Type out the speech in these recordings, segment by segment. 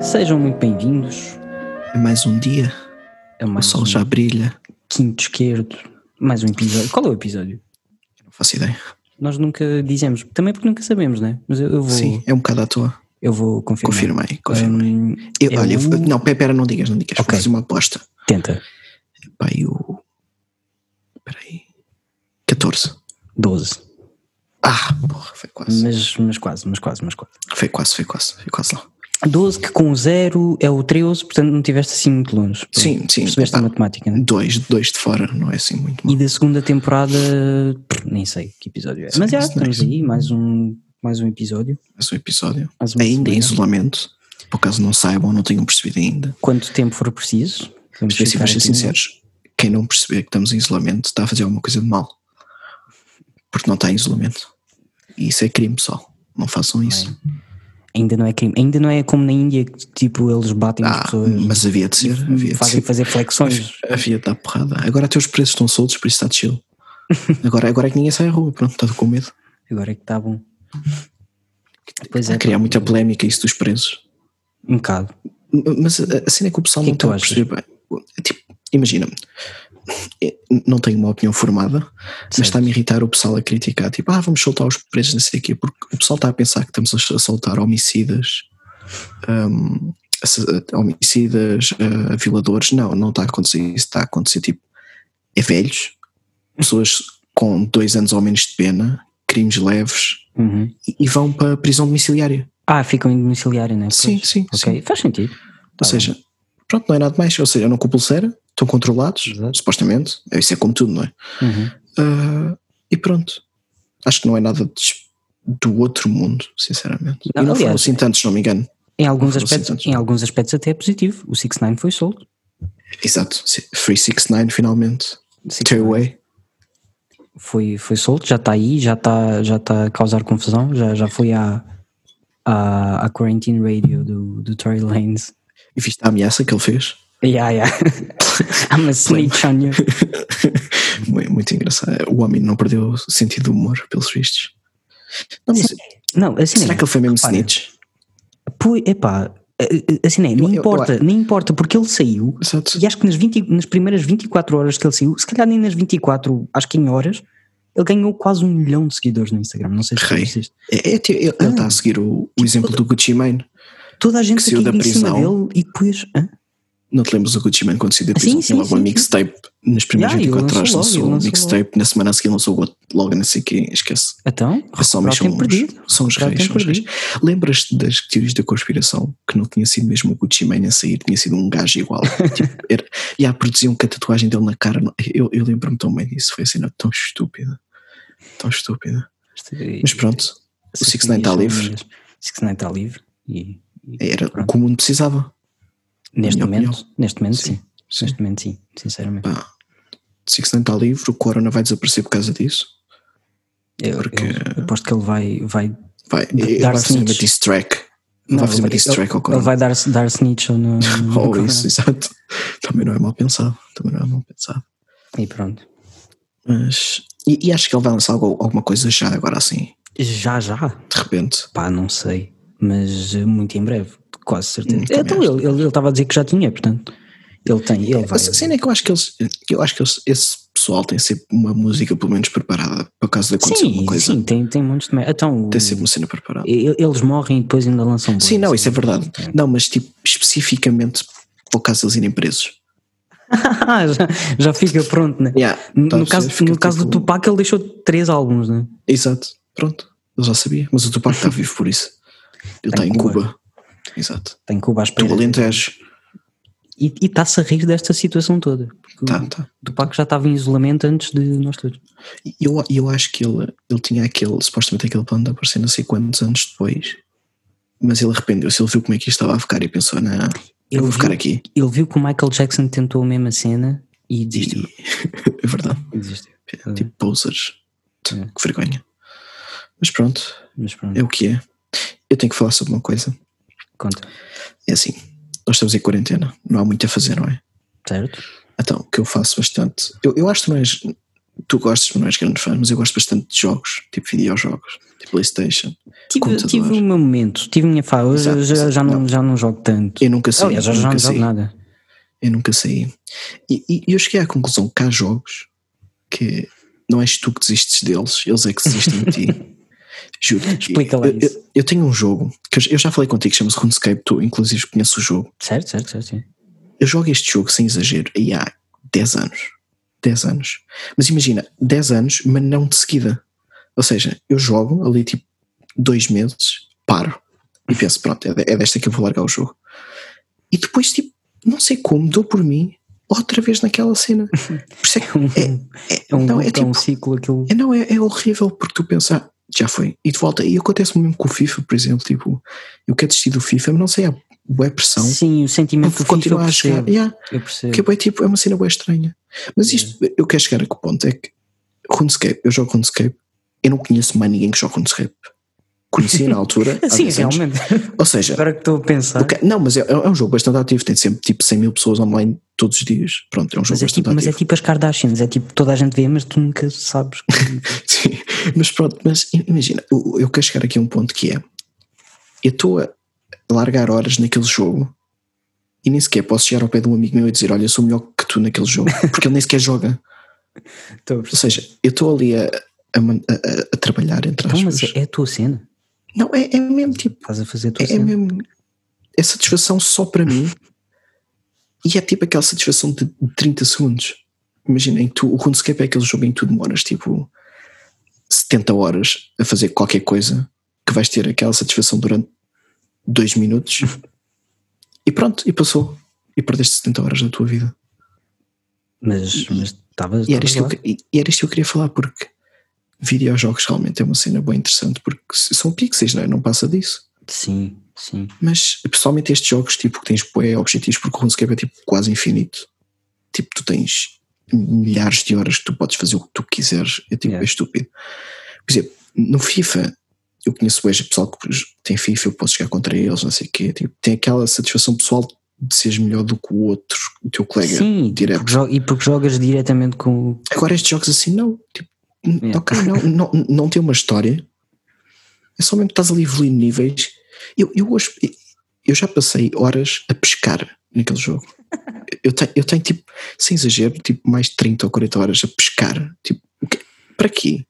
Sejam muito bem-vindos É mais um dia, a o mais sol um já brilha. quinto esquerdo, mais um episódio. Qual é o episódio? Não faço ideia. Nós nunca dizemos, também porque nunca sabemos, né? Mas eu, eu vou, Sim, é um bocado à toa. eu vou confirmar. Confirmei, confirmei. Hum, Eu- é olha, eu- o- não, pe- pera, não digas, não digas. Vou Ok. fazer uma aposta. Tenta, Pá, eu. Peraí. 14. 12. Ah, porra, foi quase. Mas, mas quase, mas quase, mas quase. Foi quase, foi quase, foi quase lá. 12 que com 0 é o 13, portanto não tiveste assim muito longe. Sim, Ah. sim. Percebeste a pá, matemática, né? dois, dois de fora, não é assim muito mal. E da segunda temporada, pff, nem sei que episódio é. Sim, Mas já, sim. estamos aí, mais um, mais um episódio. Mas o episódio. Mais uma Ainda em semana. isolamento. Por caso não saibam, não tenham percebido ainda. Quanto tempo for preciso. Vamos Mas assim, ficar vamos ser aqui, né? sinceros. Quem não perceber que estamos em isolamento está a fazer alguma coisa de mal. Porque não está em isolamento. E isso é crime, pessoal. Não façam isso. Ainda não é crime. Ainda não é como na Índia que tipo eles batem as Ah, pessoas, mas havia de ser. Havia de fazem ser. fazer flexões. Havia de dar porrada. Agora até os preços estão soltos, por isso está de chill. Agora, agora é que ninguém sai à rua. Pronto, está com medo. Agora é que está bom. Pois é, Vai criar muita polémica isso dos preços. um bocado. M- Mas a a cena é que o pessoal Que não que tu está a perceber bem. Tipo, imagina-me, eu não tenho uma opinião formada, mas Certo. está-me a irritar o pessoal a criticar, tipo, ah, vamos soltar os presos nesse daqui, porque o pessoal está a pensar que estamos a soltar homicidas, hum, ass- homicidas, eh, violadores. Não, não está a acontecer isso, está a acontecer tipo, é velhos, pessoas com dois anos ou menos de pena, crimes leves, Uhum. e, e vão para a prisão domiciliária. Ah, ficam em domiciliário, né? Sim, Pois. sim, sim. Ok, faz sentido. Tá Ou seja, pronto, não é nada mais. Ou seja, não com pulseira, estão controlados, Exato. supostamente. É, Isso é como tudo, não é? bom. Uhum. Ah, e pronto. Acho que não é nada des- do outro mundo, sinceramente. Não, e não foram aliás, é. assim tantos, se não me engano. Em alguns, Foram aspectos, sensatos. em alguns aspectos até é positivo. O 6 9 foi solto. Exato. Sim, Free 69, finalmente. 6ix9ine Tearaway. Foi, foi solto, já está aí, já está já tá a causar confusão. Já, já foi à, à, à quarantine radio do, do Tory Lanez. E viste a ameaça que ele fez? Yeah, yeah. I'm a snitch on you. Mu- Muito engraçado. O homem não perdeu o sentido do humor, pelos vistos. Não, mas Não, assim será é. que ele foi mesmo Repara. snitch? Pois, epá, assim é, Eu- nem eu- importa, nem importa, porque ele saiu Exato. e acho que nas, 20, e- nas primeiras 24 horas que ele saiu, se calhar nem nas 24, acho que em horas, ele ganhou quase um milhão de seguidores no Instagram, não sei se Rei. vocês. É- é te- ele Ah. ele está a seguir o, o exemplo do Gucci Mane. Toda a gente saiu aqui da em cima prisão. dele e depois. hã? Não te lembras do Gucci Mane quando saiu da Ah, prisão? sim, Tinha sim, logo uma sim, mixtape. Nas primeiras Yeah, ele 24 horas lançou logo, lançou ele uma lançou mixtape. Na semana a seguir lançou o outro. Logo não sei quem. Esquece. Então, São recuperar o homens são tempo uns, perdido. são uns Recuperar o reis, tempo são uns reis. perdido. Lembras-te das teorias da conspiração que não tinha sido mesmo o Gucci Mane a sair, tinha sido um gajo igual. tipo, era, e há produziam que a tatuagem dele na cara. não- Eu, eu lembro-me tão bem disso, foi assim não, tão estúpida. Tão estúpida. Mas pronto, o 6ix9ine está livre. O 6ix9ine está livre e era o que o mundo precisava. neste minha momento, neste momento sim. Sim, sim. Neste momento sim, sinceramente. Pá, o 6ix9ine está tá livre, o Corona vai desaparecer por causa disso. Eu, porque- eh, eu aposto que ele vai, vai Vai, D- ele dar vai fazer uma snitch. diss track. Não, vai fazer uma diss ele- track ao Ele Corona. vai dar, dar snitch no, no Ou Corona. isso, exato. Também não é mal pensado. Também não é mal pensado. E pronto. Mas. E, e acho que ele vai lançar algo- alguma coisa já, agora assim, Já, já. de repente. Pá, não sei. Mas eh, muito em breve, quase certeza. Hum, também então ele ele- ele estava a dizer que já tinha, portanto. Ele tem, ele vai. A cena é que eu acho que eles. Eu acho que eles- esse pessoal tem sempre uma música, pelo menos, preparada, por caso de acontecer sim, alguma coisa. sim, tem, tem montes de merda. Então, Tem sempre uma cena preparada. e- eles morrem e depois ainda lançam boas, Sim, não, isso é assim. verdade. Não, mas tipo, especificamente por caso de eles irem presos. Ah, já, já fica pronto, né? Yeah, No, tá a no perceber? caso, Fica no caso do tipo- Tupac, ele deixou três álbuns, né? Exato, pronto. Ele já sabia. Mas o Tupac está vivo por isso. Ele Tá está em em Cuba. Cuba. Exato. Tem Cuba à Do espera. Alentejo. E e está-se a rir desta situação toda. Porque o- Tá, tá. Tupac já estava em isolamento antes de nós todos. E Eu, eu acho que ele, ele tinha aquele, supostamente aquele plano de aparecer não sei quantos anos depois, mas ele arrependeu-se, ele viu como é que isto estava a ficar e pensou, não, eu Ele vou ficar viu- aqui. Ele viu que o Michael Jackson tentou a mesma cena e desistiu. E, é verdade. Desistiu. Ah. Tipo posers. Tch, É. Que vergonha. Mas pronto, Mas pronto, é o que é. Eu tenho que falar sobre uma coisa. conta. É assim. nós estamos em quarentena, não há muito a fazer, não é? Certo? Então, o que eu faço bastante. Eu, eu acho que não és. Tu gostas, mas não és grande fã, mas eu gosto bastante de jogos, tipo videojogos, tipo PlayStation. Tive, computador. tive o meu momento, tive a minha fase. Hoje Exato, já, exato. já, não, Não. já não jogo tanto. Eu nunca saí. Aliás, já, eu já não nunca jogo saí. nada. Eu nunca saí. E, e- e eu cheguei à conclusão que há jogos que não és tu que desistes deles, eles é que desistem de ti. Juro. Explica lá eu, isso. eu, eu tenho um jogo que eu, eu já falei contigo que chama-se RuneScape, tu inclusive conheces o jogo. Certo, certo, certo. Sim. É Eu jogo este jogo, sem exagero, aí há 10 anos. 10 anos. Mas imagina, 10 anos, mas não de seguida. Ou seja, eu jogo ali tipo dois meses, paro e penso, pronto, é de- é desta que eu vou largar o jogo. E depois, tipo, não sei como, dou por mim outra vez naquela cena. Por isso é que- é, é- É um, não, loop, é é tipo, um ciclo aquilo. é, não, é, é horrível porque tu pensas, ah, já foi, e de volta. E acontece mesmo com o FIFA, por exemplo, tipo, eu quero desistir do FIFA, mas não sei, há boa pressão. Sim, o sentimento do FIFA eu Continuar então, a chegar. percebo. Yeah. Eu percebo. Que é, bué, tipo, é uma cena bem estranha. Mas É. isto, eu quero chegar a que ponto? É que RuneScape, eu jogo RuneScape, eu não conheço mais ninguém que joga RuneScape. Conhecia na altura. há Ah, Sim, 10 anos. realmente. Ou seja, Agora que estou a pensar. o ca- não, mas é, é um jogo bastante ativo, tem sempre tipo 100 mil pessoas online todos os dias. Pronto, é um jogo Mas é, bastante tipo, mas é ativo. tipo as Kardashians, é tipo toda a gente vê, mas tu nunca sabes. que- Sim, mas pronto, mas i- imagina, eu, eu quero chegar aqui a um ponto que é: eu estou a largar horas naquele jogo e nem sequer posso chegar ao pé de um amigo meu e dizer: Olha, eu sou melhor que tu naquele jogo, porque ele nem sequer joga. Estou é a Ou perceber. seja, eu estou ali a, a man- a- a- a trabalhar, entre Então, aspas. mas é a tua cena. Não, é, é mesmo tipo. Estás a fazer a tua É, é cena. mesmo. É satisfação só para mim. e é tipo aquela satisfação de 30 segundos. Imagina, em que tu, o RuneScape é aquele jogo em que tu demoras tipo 70 horas a fazer qualquer coisa que vais ter aquela satisfação durante 2 minutos Uhum. e pronto, e passou. E perdeste 70 horas da tua vida. Mas mas estavas. E era, isto estavas que eu, que- e- e era isto que eu queria falar, porque videojogos realmente é uma cena bem interessante, porque s- são pixels, não é? Não passa disso. lá. Sim, sim. Mas, pessoalmente, estes jogos, tipo, que tens bué objetivos, porque o RuneScape é, tipo, quase infinito. Tipo, tu tens milhares de horas que tu podes fazer o que tu quiseres. É, tipo, Yeah. é estúpido. Por exemplo, no FIFA, eu conheço hoje pessoal que tem FIFA, eu posso jogar contra eles, não sei o quê. Tipo, tem aquela satisfação pessoal de seres melhor do que o outro, o teu colega. Sim, direto. porque jo- e porque jogas diretamente com. Agora estes jogos assim, não. Tipo, Yeah. Ok, não, não, não tem uma história. É só mesmo que estás ali evoluindo níveis. Eu, eu hoje eu já passei horas a pescar naquele jogo. Eu tenho, eu tenho tipo, sem exagero, tipo mais de 30 ou 40 horas a pescar. Tipo, o quê? para quê?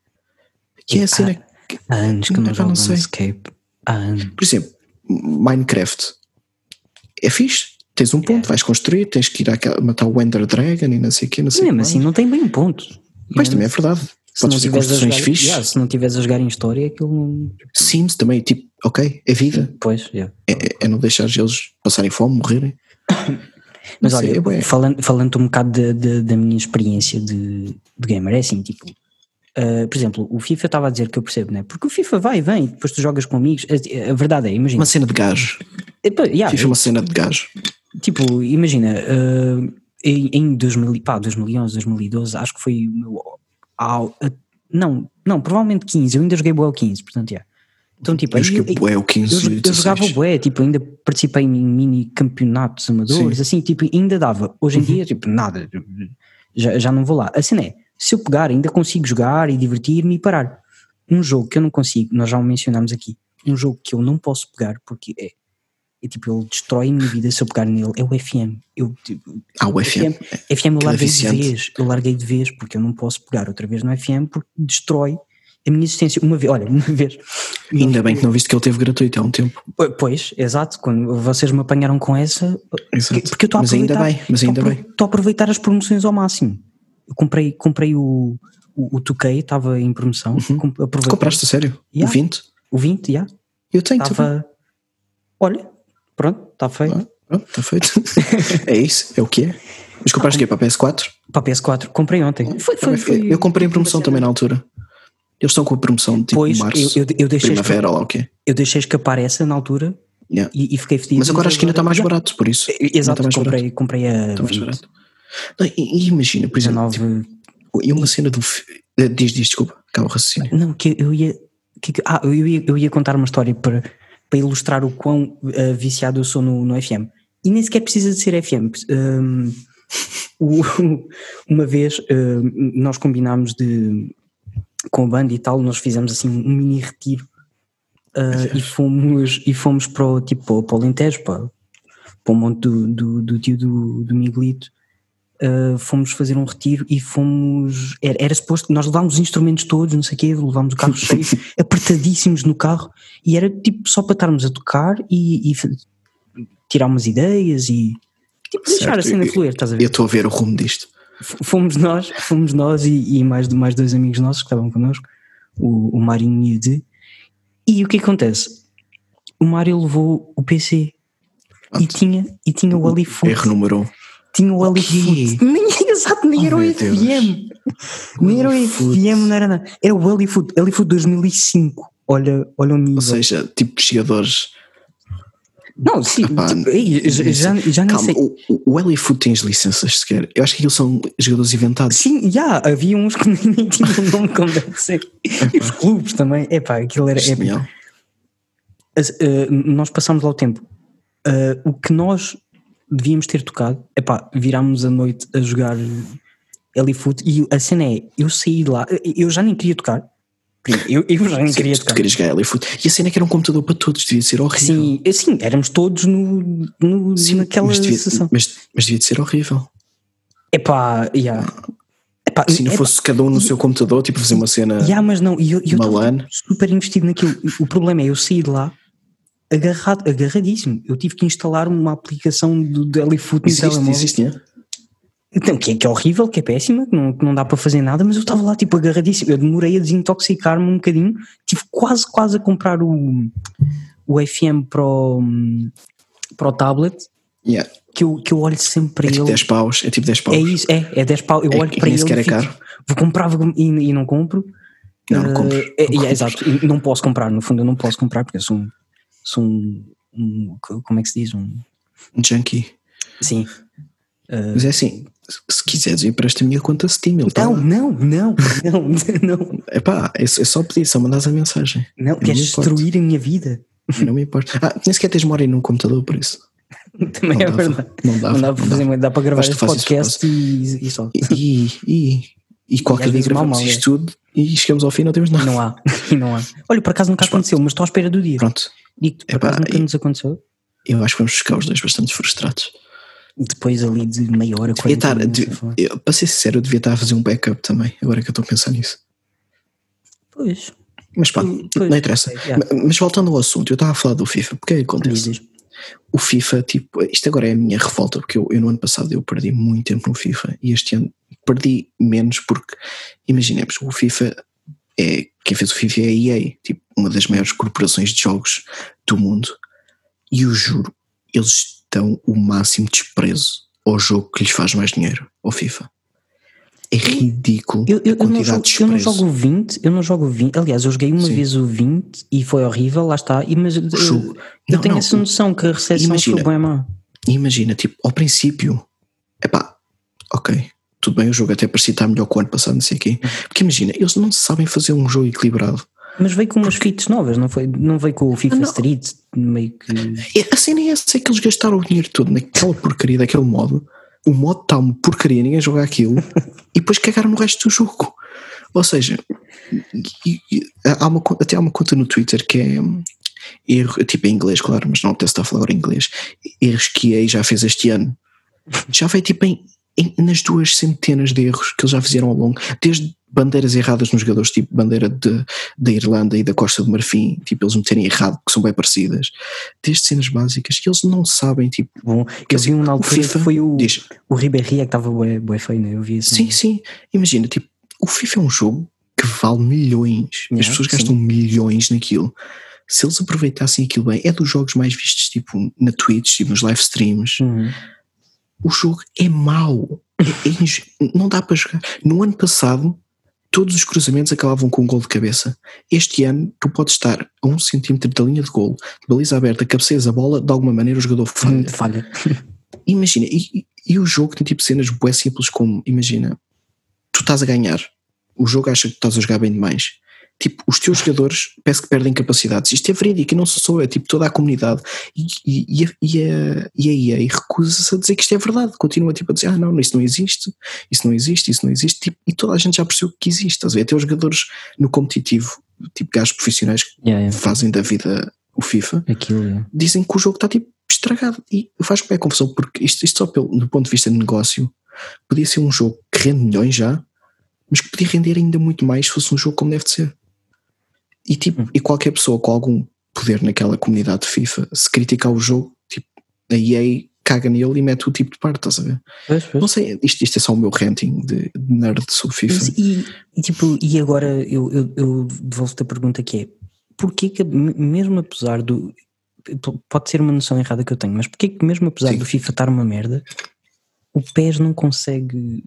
Que é Ah. a cena. que- Há anos que Epá, não Então, não jogo sei. Escape. Há anos. Por exemplo, Minecraft é fixe. Tens um ponto, Yeah. vais construir, tens que ir àquela- matar o Ender Dragon e não sei o quê, não sei o Mesmo que assim, mais. não tem bem um ponto. Mas Mesmo- também é verdade. se não Podes fazer tiveres a construções jogar- fixes. Yeah, se não tiveres a jogar em história, aquilo não. Sims também, tipo, ok, é vida. Pois, yeah. É, é- é não deixar eles passarem fome, morrerem. Mas Não sei, olha, é bué. falando, falando um bocado de- de- da minha experiência de, de gamer, é assim, tipo, ah, por exemplo, o FIFA eu estava a dizer que eu percebo, né? Porque o FIFA vai e vem, e depois tu jogas com amigos, a, a verdade é, imagina. uma cena de gajo. Epá, yeah, Fiz uma cena de gajo. tipo, imagina, ah, em, em 2000, e- pá, 2011, 2012, acho que foi o meu. au- a- não, não, provavelmente 15, eu ainda joguei Boa 15, portanto, yeah. Então, tipo, Eu aí- joguei aí- bué o 15 eu, jo- e eu 16. jogava o bué, tipo, ainda participei em mini campeonatos amadores, assim, tipo, ainda dava. Hoje em dia, tipo, nada, já, já não vou lá. A cena é, se eu pegar, ainda consigo jogar e divertir-me e parar. Um jogo que eu não consigo, nós já o mencionámos aqui, um jogo que eu não posso pegar porque é, é tipo, ele destrói a minha vida se eu pegar nele, é o FM. Eu, tipo, Ah, o FM. FM eu Aquilo é larguei de viciante. vez, eu larguei de vez porque eu não posso pegar outra vez no FM porque destrói a minha existência. Uma vez, olha, uma vez. Ainda bem que não viste que ele teve gratuito há um tempo. Pois, exato, quando vocês me apanharam com essa, Exato. porque eu estou a mas ainda aproveitar, bem, mas estou a ainda apro- bem. estou a aproveitar as promoções ao máximo. Eu comprei, comprei o, o, o 2K, estava em promoção, Uhum. com- aproveitei Compraste a sério? Yeah. O 20? o 20, já, Eu tenho também. estava, olha, pronto, está feito. Pronto, está feito. é isso, é o que é. Mas compraste o quê? Para a PS4? Para a PS4, comprei ontem. Foi, foi, Também foi- foi- eu comprei em promoção foi- também na altura. Eles estão com a promoção de tipo Pois, março, eu, eu, eu deixei escapar, primavera, lá o quê. eu deixei escapar essa na altura Yeah. e, e fiquei feliz. Mas agora acho que ainda está mais Já. barato, por isso. É, Exato, Ainda está mais comprei, comprei a Está mais 20, barato. Não, e, e imagina, por exemplo, 19, E uma cena do. fi- eh, Diz, diz, desculpa, acaba o raciocínio. Não, que eu ia. que- que- ah, eu eh, ia, eu ia contar uma história para, para ilustrar o quão ah, viciado eu sou no, no FM. E nem sequer precisa de ser FM. Um, o- uma vez um, nós combinámos de, com a banda e tal, nós fizemos assim um mini retiro uh, e, fomos, e fomos para o tipo para o Alentejo, para, para o monte do, do, do tio do, do Miguelito. Uh, fomos fazer um retiro e fomos. Era, era suposto que nós levámos os instrumentos todos, não sei o quê, levámos o carro cheio, apertadíssimos no carro, e era tipo só para estarmos a tocar e, e fa- tirar umas ideias e tipo, deixar Certo, a cena e- fluir, estás a ver? Eu estou a ver o rumo disto. F- fomos nós, fomos nós e, e mais, mais dois amigos nossos que estavam connosco, o, o Marinho e o D. E o que acontece? O Mário levou o PC e Pronto. tinha, e tinha o Alifoot. Erro número um. Tinha o quê? Alifoot. Nem, exato, nem Oh, era o meu Deus. FM. Nem era o Alifoot. FM, não era nada. Era o Alifoot, Alifoot 2005. Olha, olha o nível. Ou seja, tipo chegadores. não, sim, Epá, tipo, ei, já, nem já, já nem Calma, sei. o, o- o LFU tens licenças sequer. Eu acho que aquilo são jogadores inventados. Sim, já, havia uns que nem tinham nome como deve ser. E os clubes também. Epá, aquilo era épico. Genial. As- eh, nós passámos lá o tempo. Eh, o que nós devíamos ter tocado, epá, virámos a noite a jogar Elifoot e a cena é, eu saí de lá, eu- eu já nem queria tocar. Primeiro, Eu, eu já nem Sim, queria tu, tu tocar. querias jogar LFU. E a cena é que era um computador para todos, devia ser horrível. Sim, eh, sim, éramos todos no, no- naquela mas devia, sessão. mas- mas devia de ser horrível. Epá, yeah. epá, Se não epá, fosse cada um no seu computador, tipo fazer uma cena é yeah, mas não, e eu, e eu tava malan. super investido naquilo. O problema é eu saí de lá agarrado, agarradíssimo. Eu tive que instalar uma aplicação do, do Elifoot no Existe, telemóvel. existe, né? Então, que é, que é horrível, que é péssima, que não, que não dá para fazer nada, mas eu estava lá tipo agarradíssimo. Eu demorei a desintoxicar-me um bocadinho, tive quase, quase a comprar o, o FM para o, para o tablet, Yeah. que eu, que eu olho sempre para É tipo ele. 10 paus. É tipo 10 paus. É isso, é, é 10 pau. Eu É olho que para nem ele. sequer e é fico, caro. Vou comprar vou, e, e não compro. Não, não Eh, compras. é, é, exato, e não posso comprar, no fundo eu não posso comprar porque eu sou um. Sou um, um- como é que se diz? Um, Junkie. sim. Eh. Mas é assim, se- se quiseres, empresta a minha conta Steam. Ele Não, tá lá. não, não, não, não, Epá, é, só- é só pedir, só mandas É a mensagem. não, Eu queres me importo. destruir a minha vida. Não me importa. Ah, nem sequer tens memória num computador, por isso. Também Não é dava, verdade. não dava, Não dá não para fazer dava. muito, dá para gravar Acho que este tu fazes isso podcast e, e só. E, e, e, e E qualquer às dia vezes gravamos mal, mal, isto tudo e chegamos ao fim e não temos nada. Não há, e não há. Olha, por acaso nunca aconteceu, mas estou à espera do dia. Pronto, Digo-te, por Epá, acaso nunca e- nos aconteceu. eu acho que vamos ficar os dois bastante frustrados. Depois ali de meia hora, 40 Devia estar, minutos. de- a falar. eu, para ser sincero, eu devia estar a fazer um backup também, agora que eu estou a pensar nisso. Pois, Mas pá, Hum, pois, não interessa. sei, yeah. Ma- Mas voltando ao assunto, eu estava a falar do FIFA, porque é que acontece? dizes. O FIFA, tipo, isto agora é a minha revolta, porque eu, eu no ano passado eu perdi muito tempo no FIFA e este ano perdi menos porque, imaginemos, o FIFA é, quem fez o FIFA é a EA, tipo, uma das maiores corporações de jogos do mundo. E eu juro, eles dão o máximo desprezo ao jogo que lhes faz mais dinheiro, ao FIFA. É ridículo Eu, eu, a eu, não quantidade jogo, de eu desprezo. não jogo o 20, eu não jogo o 20. Aliás, eu joguei uma Sim. vez o 20 e foi horrível, lá está. E, mas eu, eu- jogo. eu Não, tenho não, essa noção que a recepção Imagina. foi bem má. E imagina, tipo, ao princípio, epá, ok, tudo bem, o jogo é até parecia estar melhor que o ano passado, não sei o quê. Porque imagina, eles não sabem fazer um jogo equilibrado. Mas veio com umas fitas novas, não, foi, não veio com o FIFA Ah, Não. Street, meio que. E a cena é essa, é que eles gastaram o dinheiro todo naquela porcaria daquele modo. O modo está uma porcaria, ninguém joga aquilo, e depois cagaram no resto do jogo. Ou seja, e- e- há uma co- até há uma conta no Twitter que é hum, erro, tipo em inglês, claro, mas não apetece estar a falar agora em inglês. Erros que a EA já fez este ano. Já vai tipo em, em- nas duas centenas de erros que eles já fizeram ao longo, desde bandeiras erradas nos jogadores, tipo bandeira de, da Irlanda e da Costa do Marfim, tipo eles meterem errado, que são bem parecidas, desde cenas básicas que eles não sabem, tipo, Bom, eu vi um na o altura que FIFA foi o, diz, o Ribéry é que estava bué, bué feio, né? Eu vi assim. Sim, sim. Imagina, tipo, o FIFA é um jogo que vale milhões. Yeah, As pessoas sim. gastam milhões naquilo. Se eles aproveitassem aquilo bem, é dos jogos mais vistos, tipo, na Twitch, tipo, nos live streams. Uhum. O jogo é mau. É- é inju- não dá para jogar. No ano passado, todos os cruzamentos acabavam com um gol de cabeça. Este ano, tu podes estar a um centímetro da linha de gol, de baliza aberta, cabeceias a bola, de alguma maneira o jogador falha. Falha. Falha. Imagina, e, e- e o jogo tem tipo cenas bué simples como, imagina, tu estás a ganhar, o jogo acha que estás a jogar bem demais, tipo, os teus jogadores parece que perdem capacidades. Isto é verídico e não sou só eu, é tipo toda a comunidade. E, e, e, a, e, a, e a EA recusa-se a dizer que isto é verdade. Continua tipo a dizer, ah não, isso não existe, isso não existe, isso não existe. Tipo, e toda a gente já percebeu que existe. Estás a ver? Até os jogadores no competitivo, tipo gajos profissionais que Yeah, yeah. fazem da vida o FIFA, Aquilo, yeah. dizem que o jogo está tipo estragado. E faz bem a confusão, porque isto, isto só pelo, do ponto de vista de negócio, podia ser um jogo que rende milhões já, mas que podia render ainda muito mais se fosse um jogo como deve de ser. E, tipo, Hum. e qualquer pessoa com algum poder naquela comunidade de FIFA, se criticar o jogo, tipo, a EA caga nele e mete o tipo de parte, estás a ver? Pois, pois. Não sei, isto, isto é só o meu ranting de, de nerd sobre Mas FIFA. e, e tipo, e agora eu, eu, eu devolvo-te a pergunta que é porquê que me- mesmo apesar do pode ser uma noção errada que eu tenho, mas porquê que mesmo apesar Sim. do FIFA estar uma merda o PES não consegue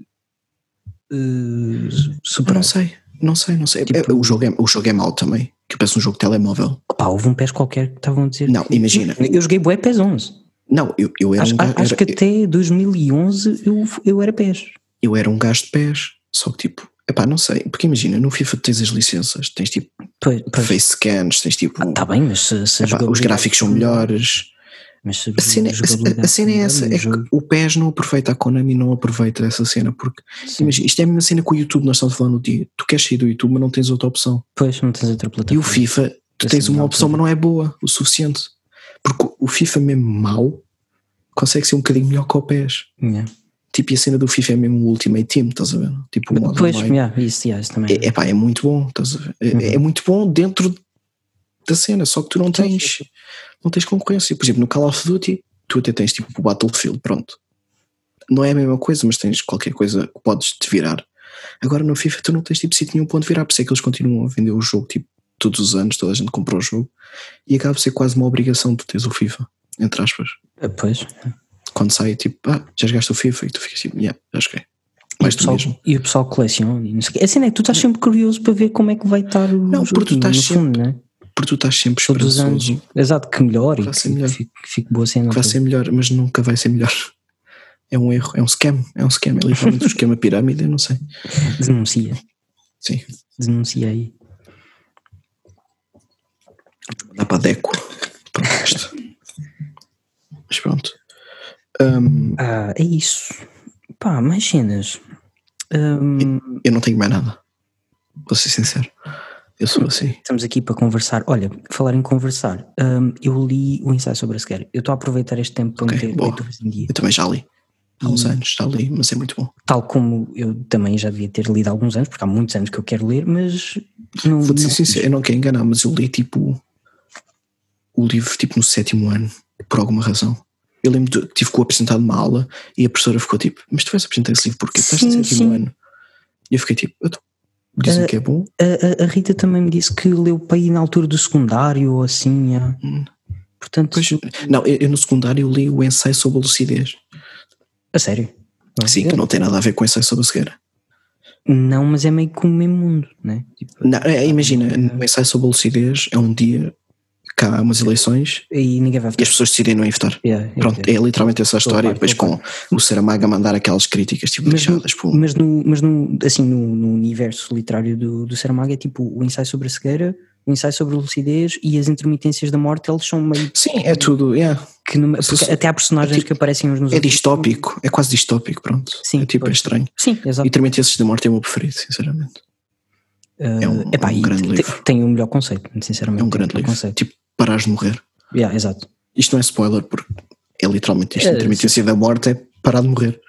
eh, Eu superar? não sei, não sei, não sei. Tipo- É- o, jogo é, o jogo é mau também, que eu peço um jogo de telemóvel. Pá, houve um PES qualquer que estavam a dizer Não, que- imagina. eu joguei bué PES 11 Não, eu, eu era acho, um gajo, acho que era- até 2011 eu, eu era PES eu era um gajo de pés, só que tipo, epá, não sei, porque imagina, no FIFA tens as licenças, tens tipo pois, pois. face scans, tens tipo, Ah, tá bem, mas se, se a epá, os jogabilidade- gráficos são melhores, mas se A cena, a- a- a cena é essa, é que o PES não aproveita, a Konami não aproveita essa cena, porque imagina, isto é a mesma cena que o YouTube nós estamos falando no dia. Tu queres sair do YouTube, mas não tens outra opção. Pois, não tens outra E o plataforma. FIFA, tu Essa tens não uma é opção, mas não é boa o suficiente. Porque o- o FIFA mesmo mau consegue ser um bocadinho melhor que o PES. Yeah. Tipo, e a cena do FIFA é mesmo o Ultimate Team, estás a ver? Tipo, o modo Pois, online. yeah, isso, yeah, isso também. É, epá, é muito bom, estás a ver? É, Uhum. é muito bom dentro da cena, só que tu não tens, não tens concorrência. Por exemplo, no Call of Duty, tu até tens tipo o Battlefield, pronto. Não é a mesma coisa, mas tens qualquer coisa que podes te virar. Agora no FIFA tu não tens tipo sítio nenhum ponto de virar, por isso é que eles continuam a vender o jogo tipo todos os anos, toda a gente comprou o jogo e acaba por ser quase uma obrigação de teres o FIFA, entre aspas. Ah, Pois. Quando sai tipo, ah, já jogaste o FIFA e tu ficas tipo, yeah, já joguei. E o, Mais tu pessoal, mesmo. e o pessoal coleciona. e Não sei, o quê. a cena é que tu estás sempre curioso para ver como é que vai estar o Não, jogo, porque tu estás no fundo, né? Porque tu estás sempre Todos os anos. esperançoso Exato, que melhor e Vai que, ser melhor. que fique, que fique boa cena. que vai toda. ser melhor, mas nunca vai ser melhor. É um erro, é um scam, é um scam, é literalmente um esquema pirâmide, eu não sei. Denuncia. Sim, Denuncia aí. dá para Deco. Pronto, isto. Mas pronto. Ahm, Ah, é isso. Pá, mais cenas. Hum, eu não tenho mais nada. Vou ser sincero. Eu sou assim. Estamos aqui para conversar. Olha, falar em conversar. hum, eu li o ensaio sobre a sequer. Eu estou a aproveitar este tempo para Ok, meter boa. leituras em dia. Eu também já li. Há uns anos já li, mas é muito bom. tal como eu também já devia ter lido há alguns anos, porque há muitos anos que eu quero ler, mas não, Vou ser não- sincero, eu não quero enganar, mas eu li tipo o livro tipo no sétimo ano, por alguma razão. Eu lembro de tive que o apresentar numa aula e a professora ficou tipo, mas tu vais apresentar esse livro porque estás no Sim, sétimo sim. Ah. ano. E eu fiquei tipo, então, dizem que é bom, a, a- a Rita também me disse que leu para aí na altura do secundário ou assim. ah. Hum. Portanto, Pois, não, eu, eu no secundário eu li o ensaio sobre a lucidez. a sério. Sim, Eu- que não tem nada a ver com o ensaio sobre a cegueira. Não, mas é meio que o mesmo mundo, né? Tipo, Não, é, imagina, o ensaio sobre a lucidez é um dia que há umas eleições E ninguém vai e votar. as pessoas decidem não ir votar. Yeah, yeah, Pronto, yeah. é literalmente essa a história. a E par, depois estou a com o Saramago a mandar aquelas críticas tipo Mas- deixadas por um. Mas, no, mas no, assim, no, no universo literário do, do Saramago é tipo o ensaio sobre a cegueira, o ensaio sobre a lucidez e as intermitências da morte, eles são meio Sim, é tudo. yeah. que. numa- Se- porque até há personagens é tipo- que aparecem uns nos É outros. distópico, é quase distópico, pronto. Sim, é tipo, é pois. estranho. Sim, exato. E também esses da morte é o meu preferido, sinceramente. Uh, É um- epá, é um e grande te- livro. Tem o melhor conceito, sinceramente. É tem um o grande melhor livro. Conceito. Tipo, parares de morrer. Yeah, exato. Isto não é spoiler, porque é literalmente isto. É, a intermitência da morte é parar de morrer.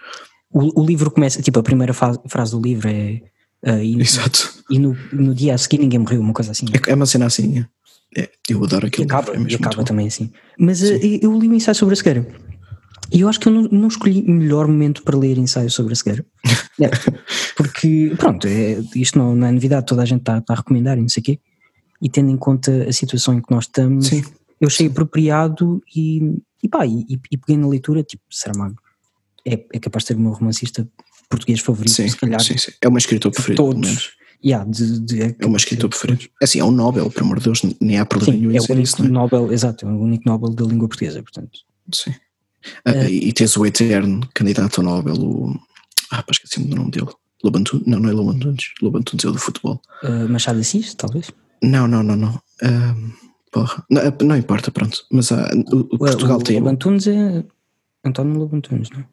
O, o livro começa, tipo, a primeira fa- frase do livro é. uh, e Exato. e no, no dia a seguir ninguém morreu, uma coisa assim. É, é uma cena assim. É. É, eu adoro E aquilo. acaba, é mesmo e acaba muito bom. também assim. Mas uh, eu li o ensaio sobre a cegueira. E eu acho que eu não, não escolhi o melhor momento para ler ensaio sobre a cegueira. É, porque, pronto, é, isto não, não é novidade, toda a gente está está a recomendar e não sei o quê. E tendo em conta a situação em que nós estamos, Sim, eu achei apropriado e, e pá, e, e- e peguei na leitura, tipo, Saramago é, é capaz de ser o meu romancista português favorito, sim, se calhar, sim, sim. É uma escritora preferida. pelo menos. todos. Yeah, de, de, É uma escritora preferida. Assim, é um Nobel, pelo amor de Deus, nem há problema sim, nenhum em é o dizer isso, único não é? Nobel, exato, é o único Nobel da língua portuguesa, portanto. Sim. Ah, E tens o eterno candidato ao Nobel, o. Ah, pá, esqueci-me do nome dele. Lobantunes? Não, não é Lobantunes. Lobantunes é o do futebol. Uh, Machado de Assis, talvez? Não, não, não, não. Ahm, porra. Não, é, não importa, pronto. Mas há- o, o Portugal Eh, o, tem. o o- Lobantunes é António Lobantunes, não é?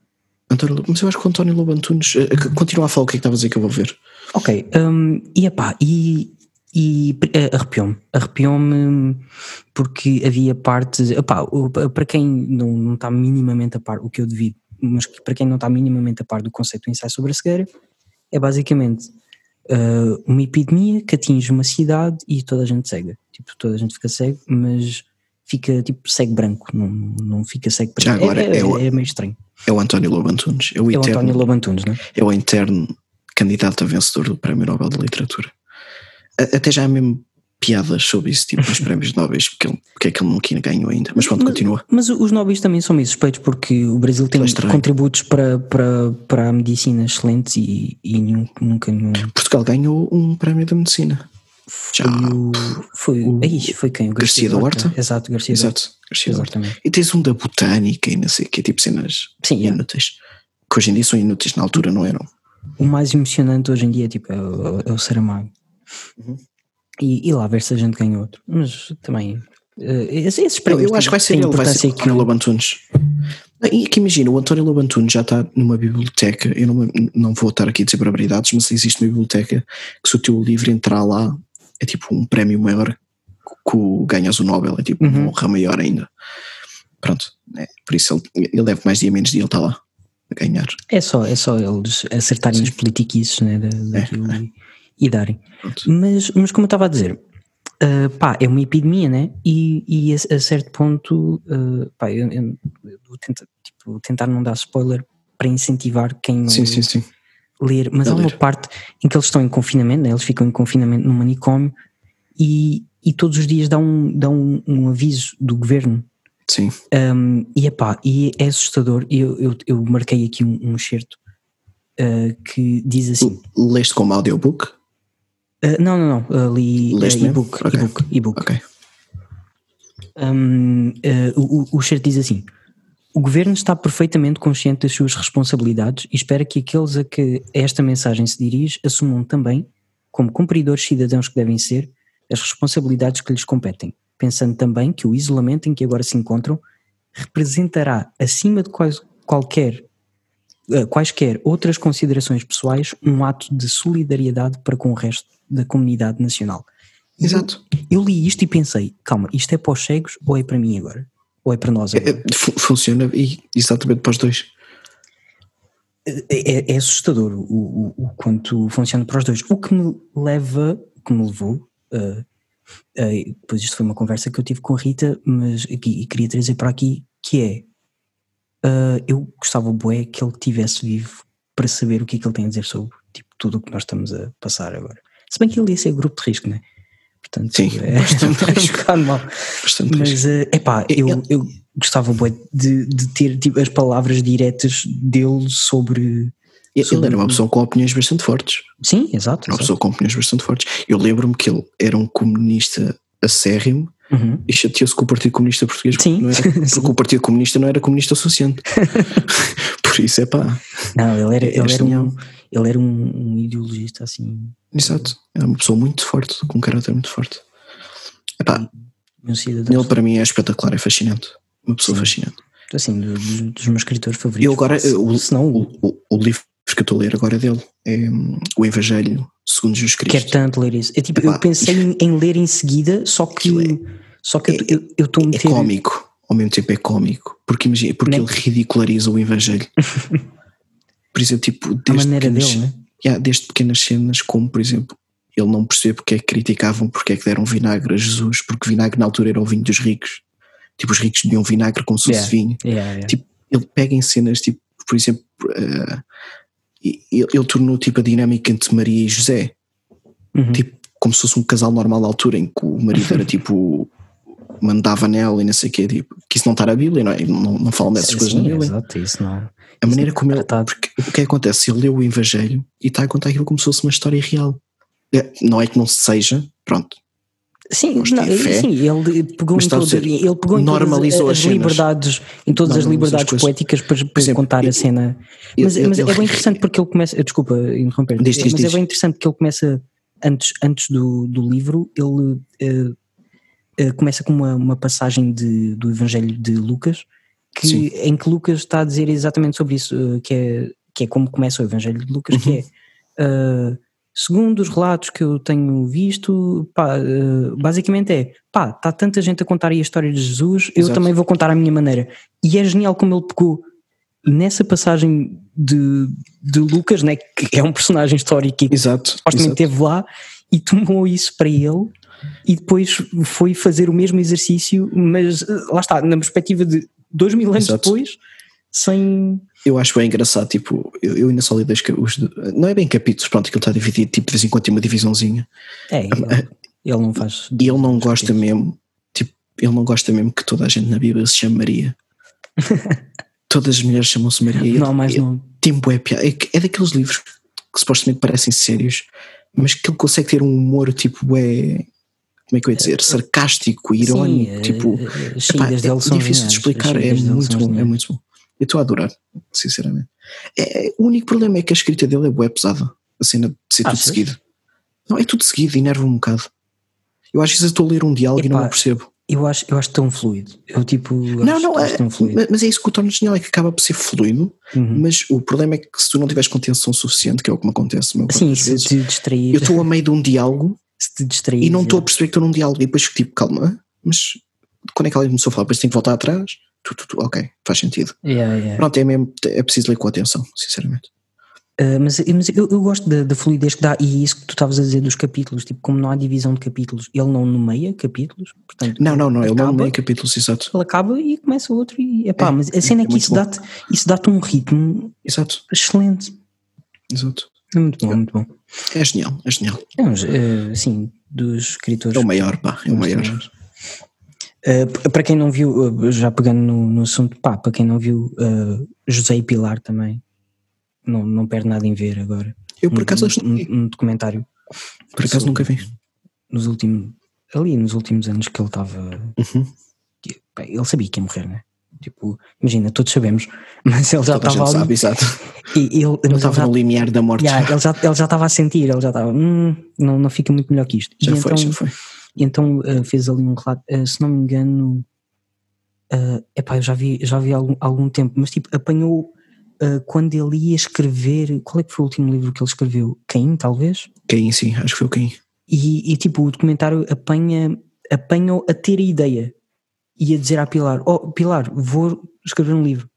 António, Lobo- mas eu acho que o António Lobantunes. eh, Continua a falar o que é que estava a dizer que eu vou ver. Ok, hum, e epá, e, e eh, arrepiou-me, arrepiou-me hum, porque havia partes, epá, o- para quem não, não está minimamente a par, o que eu devido, mas que para quem não está minimamente a par do conceito do ensaio sobre a cegueira, é basicamente eh, uma epidemia que atinge uma cidade e toda a gente cega, tipo, toda a gente fica cego, mas fica tipo cego branco, não, não fica cego preto, Já agora, é, é- é o- é meio estranho, É o António Lobantunes. É o, é o eterno, António Lobantunes, não é? é o interno candidato a vencedor do Prémio Nobel de Literatura. A- Até já há mesmo piadas sobre isso, tipo os prémios Nobel, porque, ele- porque é que ele não ganhou ainda. Mas pronto, Mas- continua. Mas os nobres também são meio suspeitos porque o Brasil tem É estranho. contributos para, para, para a medicina excelentes e, e nenhum- nunca nenhum. Portugal ganhou um prémio da medicina. Foi, Já. o, foi, O- aí, foi quem? O Garcia da Horta? Exato, Garcia da Horta. Exato. Garcia Lorca. Exatamente. E tens um da botânica e não sei o que, tipo cenas Sim, é. inúteis. Que hoje em dia são inúteis, na altura não eram. o mais emocionante hoje em dia tipo, é, o, é o Saramago. Uhum. E, e lá ver se a gente ganha outro. Mas também. eh, esses, esses Eu, prémios eu acho que vai ser têm ele, vai ser o importância António Lobo Antunes. E que imagina, o António Lobo Antunes já está numa biblioteca, eu não, não vou estar aqui a dizer barbaridades, mas existe uma biblioteca que se o teu livro entrar lá é tipo um prémio maior que o- ganhas o Nobel, é tipo Uhum. uma honra maior ainda. Pronto, né? por isso ele, ele deve mais dia menos dia, ele está lá a ganhar. É só, é só eles acertarem os politiquices né, É, da- daquilo e, e darem. Pronto. Mas, mas como eu estava a dizer, ah, pá, é uma epidemia, né? E, e a, a certo ponto, ah, pá, eu, eu- eu vou tentar, tipo, vou tentar não dar spoiler para incentivar quem não Sim, sim, sim. ler, mas A há uma ler. parte em que eles estão em confinamento, né? eles ficam em confinamento no manicômio e, e todos os dias dá um, dá um, um aviso do governo Sim. um, e, epá, e é assustador. E Eu, eu, eu marquei aqui um, um excerto ah, que diz assim: Uh. Leste como audiobook? ah, não, não, não, ali eh, Leste mesmo? e-book, Ok. e-book, e-book. Ok. Hum, eh, o, o- o cheiro diz assim: o governo está perfeitamente consciente das suas responsabilidades e espera que aqueles a que esta mensagem se dirige assumam também, como cumpridores cidadãos que devem ser, as responsabilidades que lhes competem, pensando também que o isolamento em que agora se encontram representará, acima de quais, qualquer eh, quaisquer outras considerações pessoais, um ato de solidariedade para com o resto da comunidade nacional. Exato. Eu li isto e pensei, calma, isto é para os cegos ou é para mim agora? Ou é para nós É, agora? é, fu- Funciona e exatamente para os dois. É, é- é assustador o, o- o quanto funciona para os dois. O que me leva, o que me levou, ah, ah, e depois isto foi uma conversa que eu tive com a Rita, mas aqui, e queria trazer para aqui, que é, ah, eu gostava bué que ele tivesse vivo para saber o que é que ele tem a dizer sobre tipo, tudo o que nós estamos a passar agora. Se bem que ele ia ser grupo de risco, não é? Portanto, Sim, é, bastante é um risco. bocado mal. Bastante Mas, é epá, eu, Eu- eu gostava bué, de, de ter tipo, as palavras diretas dele sobre. Ele sobre- era uma pessoa com opiniões bastante fortes. Sim, exato. Era uma exato. pessoa com opiniões bastante fortes. Eu lembro-me que ele era um comunista acérrimo Uhum. e chateou-se com o Partido Comunista Português porque, Sim. não era- porque o Partido Comunista não era comunista o suficiente. Por isso é pá. Não, ele era, É ele era, um, genial. ele era um, um ideologista assim. Exato. Era uma pessoa muito forte, com um caráter muito forte. Epá, Um cidadão. ele para mim é espetacular, é fascinante. Uma pessoa Sim. fascinante. Assim, do- dos, dos meus escritores favoritos. Eu agora, fácil. o, Se não, o, o- o livro que eu estou a ler agora é dele é hum, O Evangelho segundo Jesus Cristo. quero tanto ler isso. É tipo, eu Epá. pensei em, em ler em seguida, só que. Aquilo Só que eu- é- eu eu estou a é meter. cómico, ao mesmo tempo é cómico, porque imagina, porque Né? ele ridiculariza o Evangelho. por exemplo, tipo, a desde maneira pequenas, dele, né? yeah, desde pequenas cenas, como por exemplo, ele não percebe porque é que criticavam, porque é que deram vinagre a Jesus, porque vinagre na altura era o vinho dos ricos. Tipo, os ricos bebiam vinagre como se fosse Yeah. vinho. Yeah, yeah. Tipo, Ele pega em cenas, tipo, por exemplo, eh, e- ele, ele tornou tipo a dinâmica entre Maria e José Uhum. tipo, como se fosse um casal normal à altura, em que o marido era tipo mandava nela e não sei o quê, tipo, que isso não está na Bíblia, não, é? não, não falam dessas Sim, coisas sim, na Bíblia. Exato, isso não. A maneira como ele. tratado. Porque, o que é que acontece? Ele leu o Evangelho e está a contar aquilo como se fosse uma história real. É, não é que não seja, pronto. Sim, Mas não, tem fé. sim, ele pegou Mas em está a todas, dizer, ele pegou em normalizou todas as as, as cenas. liberdades, em todas as Normalizou as liberdades coisas. poéticas para, para Por exemplo, contar eu- a cena. eu- Mas, eu- mas eu- é bem interessante porque ele começa, desculpa interromper, Diz, diz, mas é diz. bem interessante que ele começa antes, antes do, do livro, ele eh, eh, começa com uma, uma passagem de, do Evangelho de Lucas que- Sim. em que Lucas está a dizer exatamente sobre isso, eh, que é, que é como começa o Evangelho de Lucas, Uhum. que é eh, segundo os relatos que eu tenho visto, pá, eh, basicamente é pá, está tanta gente a contar aí a história de Jesus, eu Exato. também vou contar à minha maneira. E é genial como ele pegou nessa passagem de, de Lucas, né, que é um personagem histórico e que Exato. supostamente exato. esteve lá e tomou isso para ele e depois foi fazer o mesmo exercício, mas eh, lá está, na perspectiva de dois mil anos Exato. depois, sem. Eu acho bem engraçado, tipo, eu, eu ainda só li dois. ca- Os, não é bem capítulos, pronto, aquilo está dividido, tipo, de vez em quando tem uma divisãozinha. É, ele, Ah, ele não faz. E ele não gosta mesmo, tipo, ele não gosta mesmo que toda a gente na Bíblia se chame Maria. Todas as mulheres chamam-se Maria. Ele- Não há mais ele- não. tem bué piada. É, que- é daqueles livros que supostamente parecem sérios, mas que ele consegue ter um humor tipo bué, como é que eu ia dizer, sarcástico, irónico, Sim, eh, tipo, eh, as epá, saídas é dele são difícil de geniais, explicar, as é saídas dele muito são bom, é geniais. muito bom. Eu estou a adorar, sinceramente. É, é- o único problema é que a escrita dele é bué pesada, a cena de ser tudo Achas? seguido. Não, é tudo seguido, enerva-me um bocado. Eu às vezes estou a ler um diálogo e não Epá, o percebo. Eu acho, eu acho tão fluido. Eu tipo. Não, acho, não, acho é- tão fluido. mas- mas é isso que o torna genial, é que acaba por ser fluido, Uhum. mas o problema é que se tu não tiveres contenção suficiente, que é o que me acontece, meu, Sim, quantas se vezes, te distrair. eu estou a meio de um diálogo Se te distrair. e não estou a é. perceber que estou num diálogo. E depois fico tipo, calma, mas quando é que ela começou a falar? Depois tenho que voltar atrás. Tu, tu, tu, ok, faz sentido. Yeah, yeah. Pronto, é mesmo, é preciso ler com atenção, sinceramente. Uh, mas mas eu, eu gosto da, da fluidez que dá e isso que tu estavas a dizer dos capítulos, tipo, como não há divisão de capítulos, ele não nomeia capítulos, portanto, Não, não, não, ele não Acaba. meio capítulos, exato. ele acaba e começa outro e epá, É, mas a cena é, é que muito isso bom. dá-te, isso dá-te um ritmo Exato, excelente. exato. É muito bom, muito bom. É genial, é genial. É um, uh, sim, dos escritores. É o maior, pá, é o maior. Uh, p- para quem não viu, uh, já pegando no, no assunto, pá, para quem não viu, uh, José e Pilar também. Não, não perde nada em ver agora. Eu por Um- acaso, acho- um, um documentário por acaso sou- nunca vi. nos últimos ali nos últimos anos que ele estava Uhum. que- bem, ele sabia que ia morrer né tipo imagina todos sabemos mas ele já Toda a gente estava sabe, ali exato. e ele, Eu mas ele, estava já, no limiar da morte. yeah, ele já ele já estava a sentir ele já estava "Hum, não não fica muito melhor que isto Já e foi, então, já foi. e então eh, fez ali um relato eh, se não me engano é epá, eu já vi já vi há algum algum tempo mas tipo apanhou eh, quando ele ia escrever qual é que foi o último livro que ele escreveu Caim talvez Caim, sim, acho que foi o Caim. E, e, tipo, o documentário apanha, apanha a ter a ideia e a dizer à Pilar: Oh, Pilar, vou escrever um livro.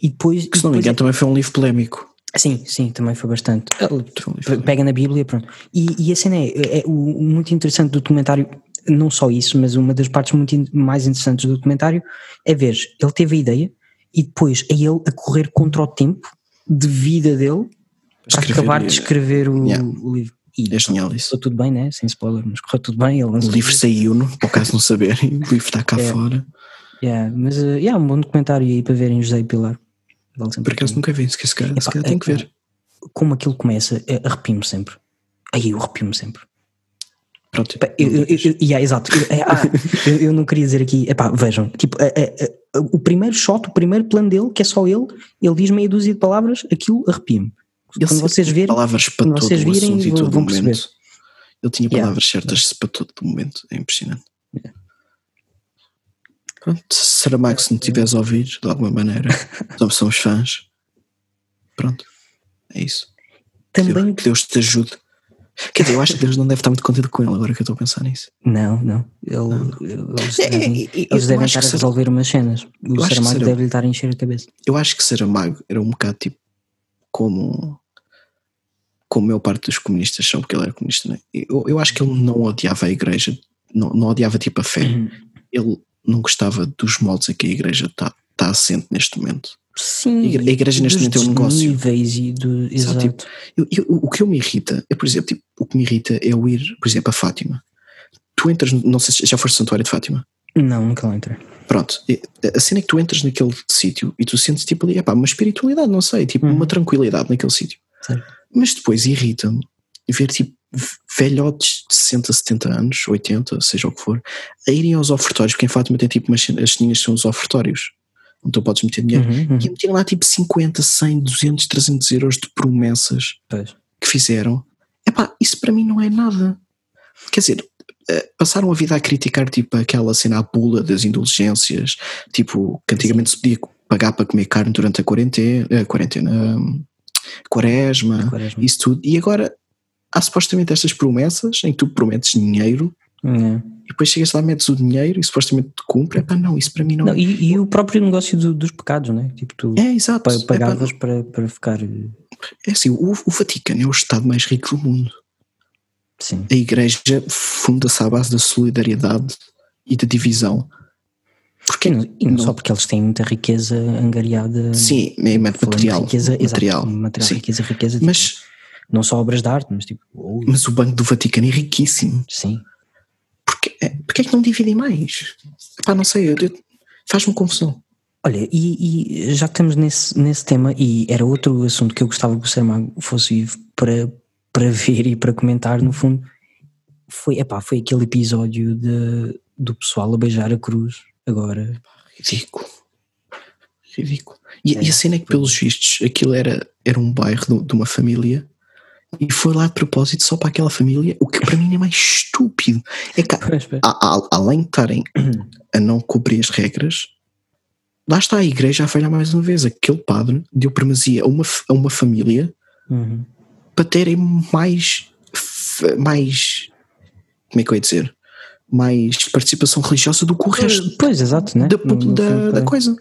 E depois. Que se não me depois- engano também foi um livro polémico. Sim, sim, também foi bastante. Ele Foi um livro pe- polémico. Pega na Bíblia, pronto. E, e a cena é, é o, o muito interessante do documentário, não só isso, mas uma das partes muito in- mais interessantes do documentário é ver, ele teve a ideia e depois é ele a correr contra o tempo de vida dele para Escrever- acabar de escrever o, Yeah. o livro. E É genial isso. correu tudo bem, né? Sem spoiler, mas correu tudo bem. Ele O lançou livro saiu, não? por acaso não saberem, o livro está cá É. fora. Yeah, mas é yeah, um bom documentário aí para verem José e Pilar. Vale sempre Por a acaso nunca vi, se calhar, se calhar, se Epá, calhar tenho que é- ver. pena. Como aquilo começa, é, arrepio-me sempre. Aí eu arrepio-me sempre. Pronto. Pá, eu- eu- eu- eu- yeah, exato. Eu, é, ah, eu- eu não queria dizer aqui. Epá, vejam. Tipo, é, é, é, o primeiro shot, o primeiro plano dele, que é só ele, ele diz meia dúzia de palavras, aquilo arrepio-me. Ele Quando sempre vocês tinha verem. palavras para quando todo vocês o virem, assunto e vão- todo o vão momento. perceber. Ele tinha Yeah. palavras certas para todo o momento. É impressionante. Pronto. Saramago, se não tiveres a ouvir, de alguma maneira, somos, somos fãs. Pronto. É isso. Que Deus- Também. que Deus te ajude. Quer dizer, eu acho que Deus não deve estar muito contente com ele agora que eu estou a pensar nisso. Não, não. Ele, eles É, é, é, devem, eu eles devem estar acho a que será- resolver umas cenas. O acho que Saramago será- deve-lhe estar a encher a cabeça. eu acho que Saramago era um bocado tipo como como a maior parte dos comunistas são, porque ele era comunista, né? eu, eu acho que ele não odiava a igreja, não, não odiava tipo Uhum. a fé, ele não gostava dos modos a que a igreja está tá assente neste momento. Sim. A igre- a igreja neste dos momento é um negócio. níveis e do. Só, Exato. tipo, Eu- eu- o que eu me irrita é, por exemplo, tipo, o que me irrita é eu ir, por exemplo, a Fátima. Tu entras, no- não sei se já foste ao santuário de Fátima. Não, nunca lá entrei. Pronto, e- a cena é que tu entras naquele sítio e tu sentes tipo ali, epá, uma espiritualidade, não sei, tipo Uhum. uma tranquilidade naquele sítio. Certo. Mas depois irrita-me ver tipo velhotes de 60, 70 anos, 80, seja o que for, a irem aos ofertórios, porque em Fátima tem tipo umas as ceninhas são os ofertórios, onde tu podes meter dinheiro, Uhum, uhum. e meteram lá tipo 50, 100, 200, 300 euros de promessas Pois. que fizeram. Epá, isso para mim não é nada. Quer dizer, eh, passaram a vida a criticar tipo aquela cena à pula das indulgências, tipo que antigamente se podia pagar para comer carne durante a quarentena, eh, quarentena hum, quaresma, Quaresma. isso tudo. E agora há supostamente estas promessas em que tu prometes dinheiro É. e depois chegas lá, metes o dinheiro e supostamente te cumpre. Epá, não, isso para mim não, Não, e, e o próprio negócio do- dos pecados, né? Tipo, tu é. exato. pa- Epá, pagavas para, para ficar. eh, é assim, o, o Vaticano é o Estado mais rico do mundo. Sim. a igreja funda-se à base da solidariedade e da divisão. E Porque não, e não não- só porque eles têm muita riqueza angariada. né? sim, é falando de material, Hum. Riqueza, exato, material. material sim. riqueza, riqueza. tipo, Mas, não só obras de arte, mas tipo. ouro, mas o Banco do Vaticano é riquíssimo. Sim. Porque, é- porque é que não dividem mais? Pá, não sei, eu- eu- faz-me confusão. Olha, e, e já que estamos nesse, nesse tema, e era outro assunto que eu gostava que o Saramago fosse vivo para, para ver e para comentar, no fundo, foi, epá, foi aquele episódio de, do pessoal a beijar a cruz agora. Ridículo. Ridículo. E, É, e a cena é que, pelos vistos, aquilo era, era um bairro de, de uma família e foi lá de propósito só para aquela família, o que para mim é mais estúpido. É que há- a- a- além de estarem a não cumprir as regras, lá está a igreja a falhar mais uma vez. Aquele padre deu primazia a uma, f- a uma família Uhum. para terem mais, f- mais. Como é que eu ia dizer? Mais participação religiosa do que o resto Pois, exato, né? da, No- no da- fundo, da é. coisa.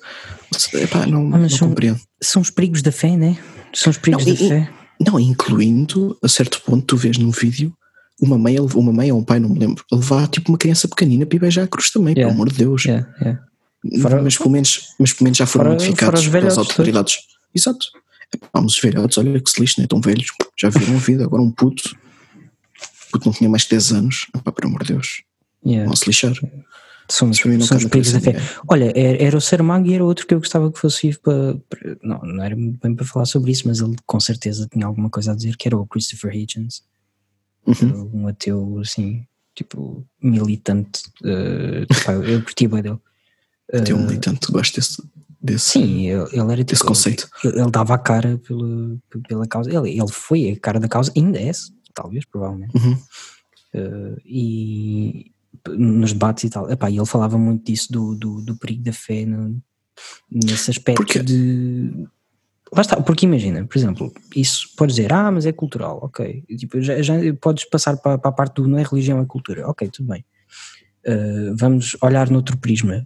Epá, não, Ah, mas não são- compreendo. São os perigos da fé, né? São os perigos Não, da e- fé. Não, incluindo, a certo ponto, tu vês num vídeo uma mãe, a lev- uma mãe ou um pai, não me lembro, a levar tipo uma criança pequenina para ir beijar a cruz também, Yeah. pelo amor de Deus. Yeah, yeah. Fora- mas, pelo menos, mas pelo menos já foram fora- fora notificados os pelas velhotes autoridades. Exato. Vamos ver, olha que se lixo, não é tão velhos, já viram a vida, agora um puto, puto não tinha mais de 10 anos, Epá, pelo amor de Deus, yeah. vão se lixar. É. São, os- Isso para mim não são os cabe na perigos cabeça né? da de fé. ninguém. Olha, era, era o Saramago e era outro que eu gostava que fosse vivo para, para- Não, não era muito bem para falar sobre isso, mas ele com certeza tinha alguma coisa a dizer, que era o Christopher Hitchens, Uhum. um ateu assim, tipo, militante. eh, pá, eu, eu curti bem dele. Tem um militante, gosto desse, desse, Eh, Sim, ele, ele era desse tipo. conceito. Ele, ele dava a cara pela, pela causa. Ele, ele foi a cara da causa, ainda é, talvez, provavelmente. Uhum. Eh, e p- nos debates e tal, epá, e ele falava muito disso do, do, do perigo da fé no- nesse aspecto Porque- de lá está, porque imagina, por exemplo, isso podes dizer, ah, mas é cultural, ok, E, tipo, já, já podes passar para, para a parte do não é religião, é cultura, ok, tudo bem. Uh, vamos olhar noutro prisma.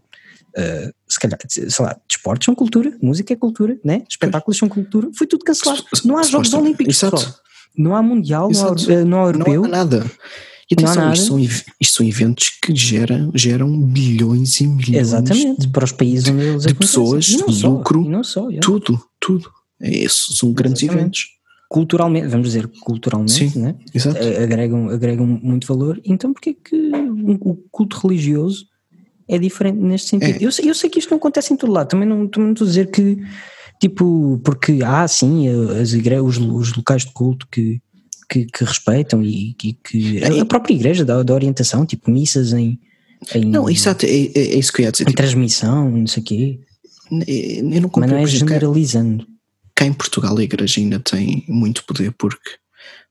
Uh, se calhar, sei lá, desportos são cultura, música é cultura, né? espetáculos são cultura, foi tudo cancelado. Sup- Não há Jogos supostamente. Olímpicos, Exato. pessoal. Não há Mundial, não há, Exato. eh, não há Europeu. Não há nada. E Não há atenção, nada. Isto, são, ev- isto são eventos que geram, geram bilhões e milhões. Exatamente, para os países onde eles de acontecem. pessoas, E não de só, lucro, e não só, yeah. Tudo, tudo. É isso, são grandes Exatamente. culturalmente, vamos dizer culturalmente, Sim. né? eventos. Exato. A- agregam, agregam muito valor, então porque é que o culto religioso é diferente neste sentido? É. Eu, sei, eu sei que isto não acontece em todo lado, também não, também não estou a dizer que, tipo, porque há sim eh, as igre- os, os locais de culto que, que, que respeitam e que, que- É, a, e- própria igreja dá, dá orientação, tipo missas em, em, Não, exato, é, é- é isso que eu ia dizer. em Tipo, transmissão, não sei o quê, é- eu não mas não compreendo. é por exemplo, cá- generalizando. Cá em Portugal a igreja ainda tem muito poder porque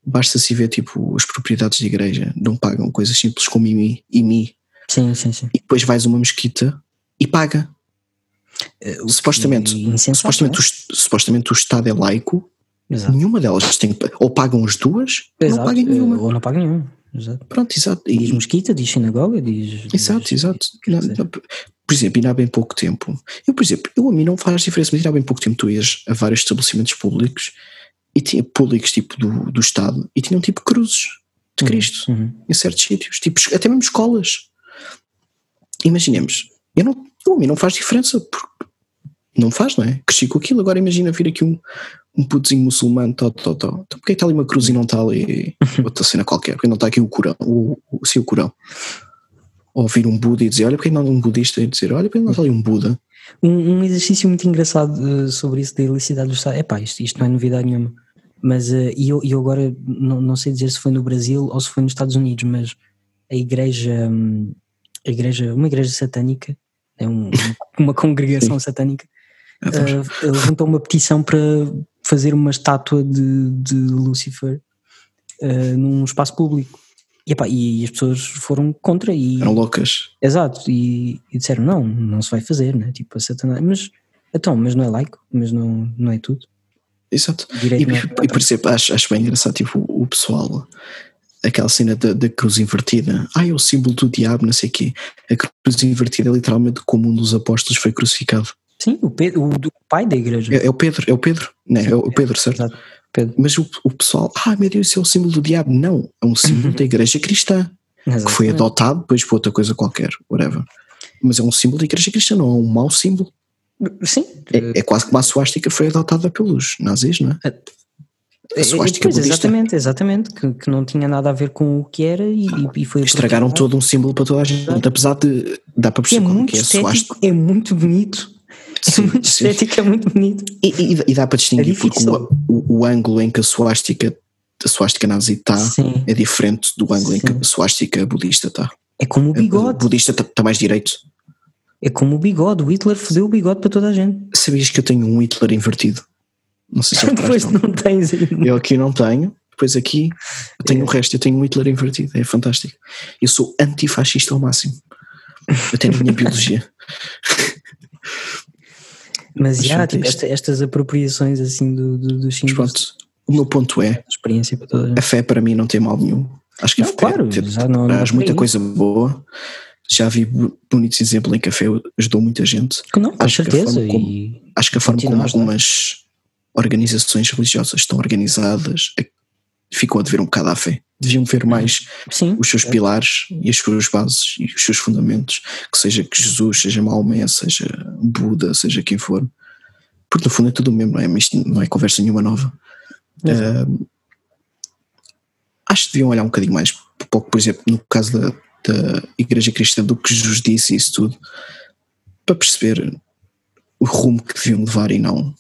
basta-se ver tipo as propriedades de igreja não pagam coisas simples como IMI, IMI Sim, sim, sim. e depois vais a uma mesquita e paga. Eh, supostamente, é Insensato, supostamente, o, est- supostamente o Estado é laico, não é? Exato. nenhuma delas tem que pa- ou pagam as duas, ou não Exato, pagam eh, nenhuma. Ou não paga nenhuma. Exato. Pronto, exato. Diz E, mosquita, diz sinagoga, diz. Exato, diz- exato. quer Não, dizer. não, por exemplo, ainda há bem pouco tempo. Eu, por exemplo, eu a mim não faz diferença, mas ainda há bem pouco tempo tu ias a vários estabelecimentos públicos e tinha públicos tipo do, do Estado e tinham tipo cruzes de Uhum, Cristo uhum. em certos sítios, tipo, até mesmo escolas. Imaginemos, eu não, eu, a mim não faz diferença porque não faz, não é? Cresci com aquilo, agora imagina vir aqui um, um putozinho muçulmano, tó, tó, tó. Então porquê que está ali uma cruz e não está ali outra cena qualquer? Porque não está aqui o Corão, o, o, sim, o Corão. Ou vir um Buda e dizer, olha, porque não há um budista e dizer, olha, porque não está ali um Buda. Um, um exercício muito engraçado eh, sobre isso da ilicidade do Estado. Epá, isto, isto não é novidade nenhuma. Mas eh, e eu, e eu agora não, não sei dizer se foi no Brasil ou se foi nos Estados Unidos, mas a igreja, hum, a igreja uma igreja satânica, é um- uma congregação satânica, Adoro. eh, levantou uma petição para fazer uma estátua de, de Lucifer eh, num espaço público. E, epá, e as pessoas foram contra e Eram loucas. Exato, e, e disseram não, não se vai fazer, né? Tipo, a Satanás. Mas, então, mas não é laico, mas não, não é tudo. Exato. E, Direito não é e, por exemplo, acho, acho bem engraçado, tipo, o o pessoal, aquela cena da, da cruz invertida. Ah, é o símbolo do diabo, não sei o quê. A cruz invertida é literalmente como um dos apóstolos foi crucificado. Sim, o, Pedro, o, do pai da igreja. É, é o Pedro, é o Pedro, né? É o Pedro, certo? Exato, Pedro. Mas o, o pessoal, ah, meu Deus, isso é o símbolo do diabo. Não, é um símbolo da igreja cristã, que foi Exatamente. adotado depois por outra coisa qualquer, whatever. Mas é um símbolo da igreja cristã, não é um mau símbolo. Eh, Sim, É, é quase que uma suástica foi adotada pelos nazis, não é? é- é- suástica pois, budista. exatamente, exatamente, que, que não tinha nada a ver com o que era e, e- e foi Estragaram apropriado. todo um símbolo para toda a gente, Exato. apesar de. dá para Que é perceber como é muito que é a suástica. estético, é muito bonito. É Sim, muito sim. estético, é muito bonito. E, e- e dá para distinguir É porque difícil. o, o- o ângulo em que a suástica, a suástica nazi está Sim. é diferente do ângulo em que Sim. a suástica budista está. É como o O bigode. budista está mais direito. É como o bigode. O Hitler fodeu o bigode para toda a gente. Sabias que eu tenho um Hitler invertido? Não sei se é Depois atrás, não. não tens ainda. Eu aqui não tenho, depois aqui eu É. tenho o resto, eu tenho um Hitler invertido, é fantástico. Eu sou antifascista ao máximo. Até na minha biologia. Mas Mas já, pronto, é tipo, isto. esta- estas apropriações assim do, do, dos Mas símbolos, pronto, o meu ponto é: de experiência para toda a gente. a fé para mim não tem mal nenhum. Acho que Não, a fé claro, tem- já não, é não tipo, traz muita por aí. coisa boa. Já vi bu- bonitos exemplos em café, ajudou muita gente. Não, com Acho que a forma certeza. como- e- Acho que a forma como Continua a ajudar. algumas organizações religiosas estão organizadas é- ficam a dever um bocado à fé. Deviam Uhum. ver mais sim, os seus pilares e as suas bases e os seus fundamentos, que seja que Jesus, seja Maomé, seja Buda, seja quem for, porque no fundo é tudo o mesmo, não é? Mas Isto não é conversa nenhuma nova. Ahm, acho que deviam olhar um bocadinho mais para o que, por exemplo, no caso da, da Igreja Cristã, do que Jesus disse e isso tudo, para perceber o rumo que deviam levar e não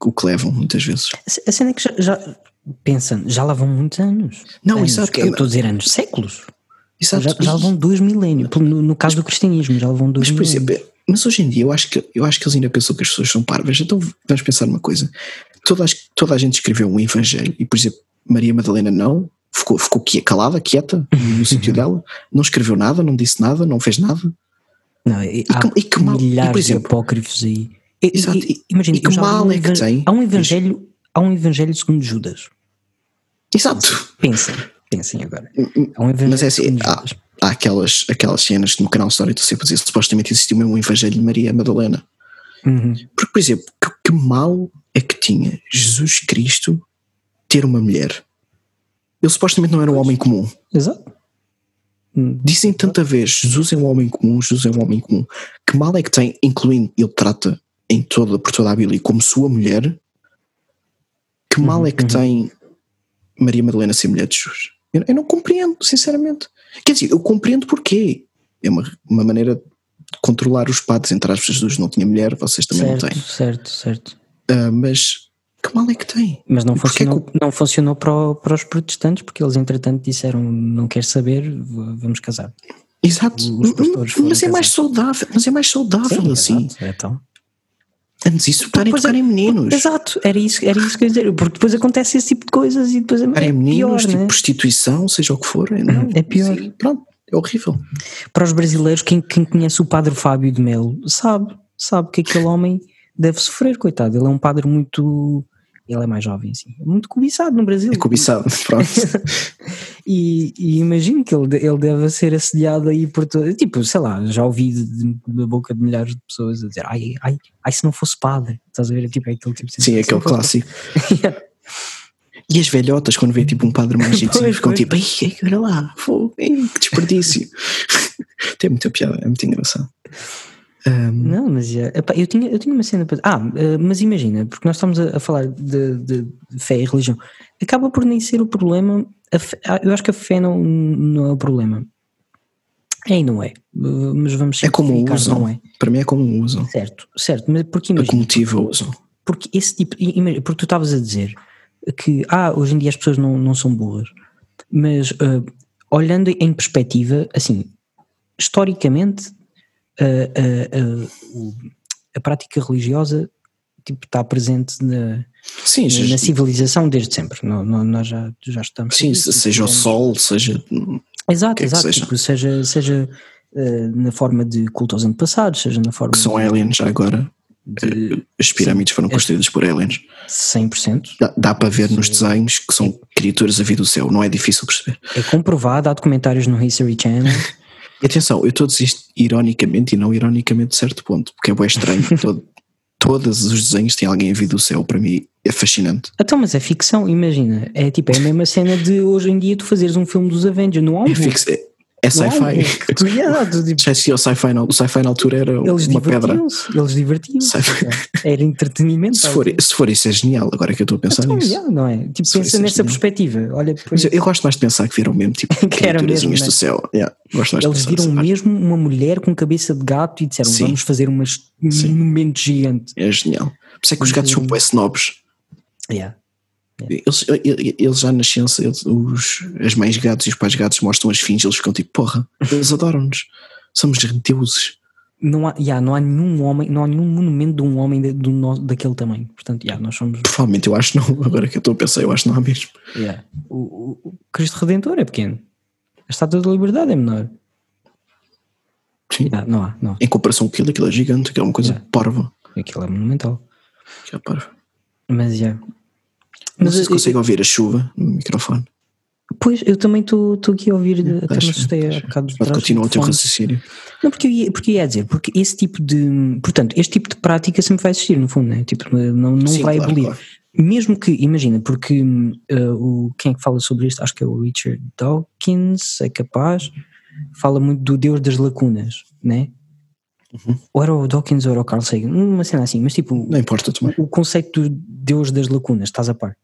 o que levam muitas vezes. a cena é que já, já pensando, já lá vão muitos anos. Não, anos, exato. é que Eu estou a dizer anos, séculos. Exato. Já, já lá vão dois milénios. pelo- No, no caso do cristianismo, já lá vão dois Mas, por milénios. exemplo, mas hoje em dia eu acho, que, eu acho que eles ainda pensam que as pessoas são parvas. Então vamos pensar numa coisa: toda, as- toda a gente escreveu um evangelho e, por exemplo, Maria Madalena não, ficou, ficou qui- calada, quieta no sítio dela, não escreveu nada, não disse nada, não fez nada. Não, e, E, há que, e que mal, e, milhares por de exemplo, apócrifos aí. E- e- Exato, e- e- imagina, e que eu já li um mal é que evan- tem? Há um evangelho, há um evangelho segundo Judas. exato. Pensem, pensem agora. Há um evangelho Mas é assim, segundo há- Judas. Há aquelas, aquelas cenas que no canal História do Sempre dizia supostamente existiu mesmo um evangelho de Maria Madalena. Uhum. Porque, por exemplo, que, que mal é que tinha Jesus Cristo ter uma mulher? Ele supostamente não era um homem comum. Exato. Hum, Dizem tanta vez, Jesus é um homem comum, Jesus é um homem comum. Que mal é que tem, incluindo, ele trata em toda, por toda a Bíblia como sua mulher, que mal é que Uhum, tem Maria Madalena ser mulher de Jesus? Eu, eu não compreendo, sinceramente. Quer dizer, eu compreendo porquê. É uma, uma maneira de controlar os padres, entre aspas, Jesus não tinha mulher, vocês também certo, não têm. certo, certo. Ah, mas que mal é que tem? Mas não E porquê funcionou, não funcionou para, o- para os protestantes, porque eles entretanto disseram não quer saber, v- vamos casar. Exato. Os pastores foram Mas é mais saudável, mas é mais saudável assim. exato, então. Antes isso estarem a Pois é. tocar em meninos. Exato, era isso, era isso que eu ia dizer, porque depois acontece esse tipo de coisas e depois é, Para é pior, meninos, tipo né? prostituição, seja o que for, é, não, É pior. sim, pronto, é horrível. Para os brasileiros, quem, quem conhece o padre Fábio de Melo sabe, sabe que aquele homem deve sofrer, coitado. Ele é um padre muito. Ele é mais jovem, assim. Muito cobiçado no Brasil. É cobiçado, pronto. E, e imagino que ele, de- ele deve ser assediado aí por todo. Tipo, sei lá, já ouvi de- de- da boca de milhares de pessoas a dizer ai, ai, ai, se não fosse padre. Estás a ver? Tipo, é aquele tipo de. Sim, é "Se não aquele fosse clássico. E as velhotas, quando vê tipo um padre mais egípcio, Pois, ficam pois. tipo, ai, ai, olha lá, fogo, ai, que desperdício. Tem muita piada, é muito engraçado. padre." Ahm, Não, mas é, epá, eu, tinha, eu tinha uma cena para. Ah, eh, mas imagina, porque nós estamos a, a falar de, de fé e religião. Acaba por nem ser o problema. a fé- ah, eu acho que a fé não, não é o problema. É e não é. Eh, Mas vamos É como simplificar, usam. não é? para mim é como é usam, Certo, certo. Mas porque a imagina. um comitiva usam. porque esse tipo, ima- porque tu estavas a dizer, que, ah, hoje em dia as pessoas não, não são burras, mas uh, olhando em perspectiva, assim, historicamente, ah, uh, uh, a prática religiosa tipo, está presente na, Sim, na, já- na civilização desde sempre. Nó- nó- nós já, já estamos. Sim, se- seja o tivemos- sol, seja. Exato, que é que exato. seja. tipo, seja, seja eh, na forma de culto aos antepassados, seja na forma que são aliens já agora. Eh, de As pirâmides foram construídas por aliens. 100%. Dá, dá para ver nos desenhos que são criaturas a vir do céu, não é difícil perceber. É comprovado, há documentários no History Channel. E atenção, eu estou a dizer isto ironicamente e não ironicamente de certo ponto, porque é bem estranho. todo, todos os desenhos têm alguém a vir do céu, para mim é fascinante. Então, mas é ficção, imagina. É tipo, é a mesma cena de hoje em dia tu fazeres um filme dos Avengers, não há um É, book, fix, é, é não há um sci-fi. book. Tu, yeah, tu, tipo, Já existia o sci-fi, na- o sci-fi na altura era eles Tipo, uma pedra. divertiam-se, eles divertiam-se. Sci-fi. Era entretenimento. Se for, se for isso, é genial. Agora que eu estou a pensar Então, nisso. yeah, não é? Tipo, Se pensa for nesta isso, perspectiva. Olha, Mas eu, eu gosto mais de pensar que viram mesmo tipo Que era criaturas mesmo, vinhas do né? céu. Yeah, gosto mais de eles pensar assim. viram nessa parte. mesmo uma mulher com cabeça de gato e disseram: Sim. vamos fazer umas- um Sim. monumento gigante. É genial. Por isso é que os gatos são Uhum. bem snobs. Yeah. Eles, eles já na ciência, eles- os, as mães gatos e os pais gatos mostram as fins, eles ficam tipo, porra, eles adoram-nos. Somos deuses. Não, há, yeah, não há nenhum homem, não há nenhum monumento de um homem de- do no- daquele tamanho. Portanto, yeah, nós somos. Provavelmente eu acho não, agora que eu estou a pensar, eu acho que não há mesmo. yeah. O, o- o Cristo Redentor é pequeno. A Estátua da Liberdade é menor. Sim. Yeah, não há, não Em comparação com aquilo, aquilo é gigante, aquilo é uma coisa Yeah. parva. há. Aquilo é monumental. Aquilo é parva. Mas yeah. Não sei eu- se consigo ouvir a chuva no microfone. Pois, eu também estou aqui a ouvir, até me Deixa, assustei há deixa. bocado de Mas trás, continua o teu fone. raciocínio. Não, porque eu, ia, porque eu ia dizer, porque esse tipo de. Portanto, este tipo de prática sempre vai existir, no fundo, né? tipo, não, não Sim, vai claro, abolir. claro. Mesmo que, imagina, porque hum, eh, o, quem é que fala sobre isto, acho que é o Richard Dawkins, é capaz, fala muito do Deus das lacunas, né? Ou era o Dawkins ou era o Carl Sagan, uma cena assim, mas tipo, Uhum. Não importa, também. o conceito do Deus das lacunas, estás a par?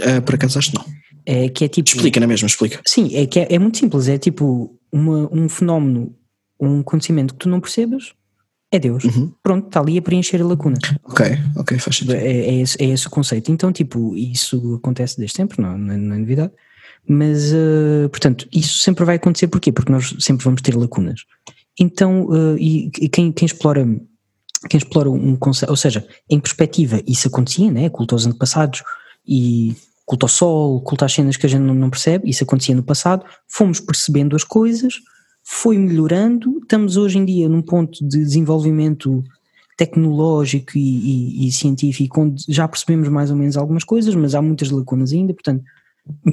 Ah, por acaso acho que não. É que é tipo. Explica, não é mesmo? Explica. Sim, é que é, é muito simples, é tipo uma- um fenómeno, um acontecimento que tu não percebas, é Deus. Uhum. Pronto, está ali a preencher a lacuna. Ok, ok, faz sentido. É, é esse, é esse o conceito. Então, tipo, isso acontece desde sempre, não, não, é, não é novidade. Mas, eh, portanto, isso sempre vai acontecer porquê? Porque nós sempre vamos ter lacunas. Então, eh, e, e quem, quem explora quem explora um conceito, ou seja, em perspectiva, isso acontecia, né? Culto aos antepassados e culto ao sol, culto às cenas que a gente não, não percebe, isso acontecia no passado, fomos percebendo as coisas, foi melhorando, estamos hoje em dia num ponto de desenvolvimento tecnológico e, e- e científico, onde já percebemos mais ou menos algumas coisas, mas há muitas lacunas ainda, portanto,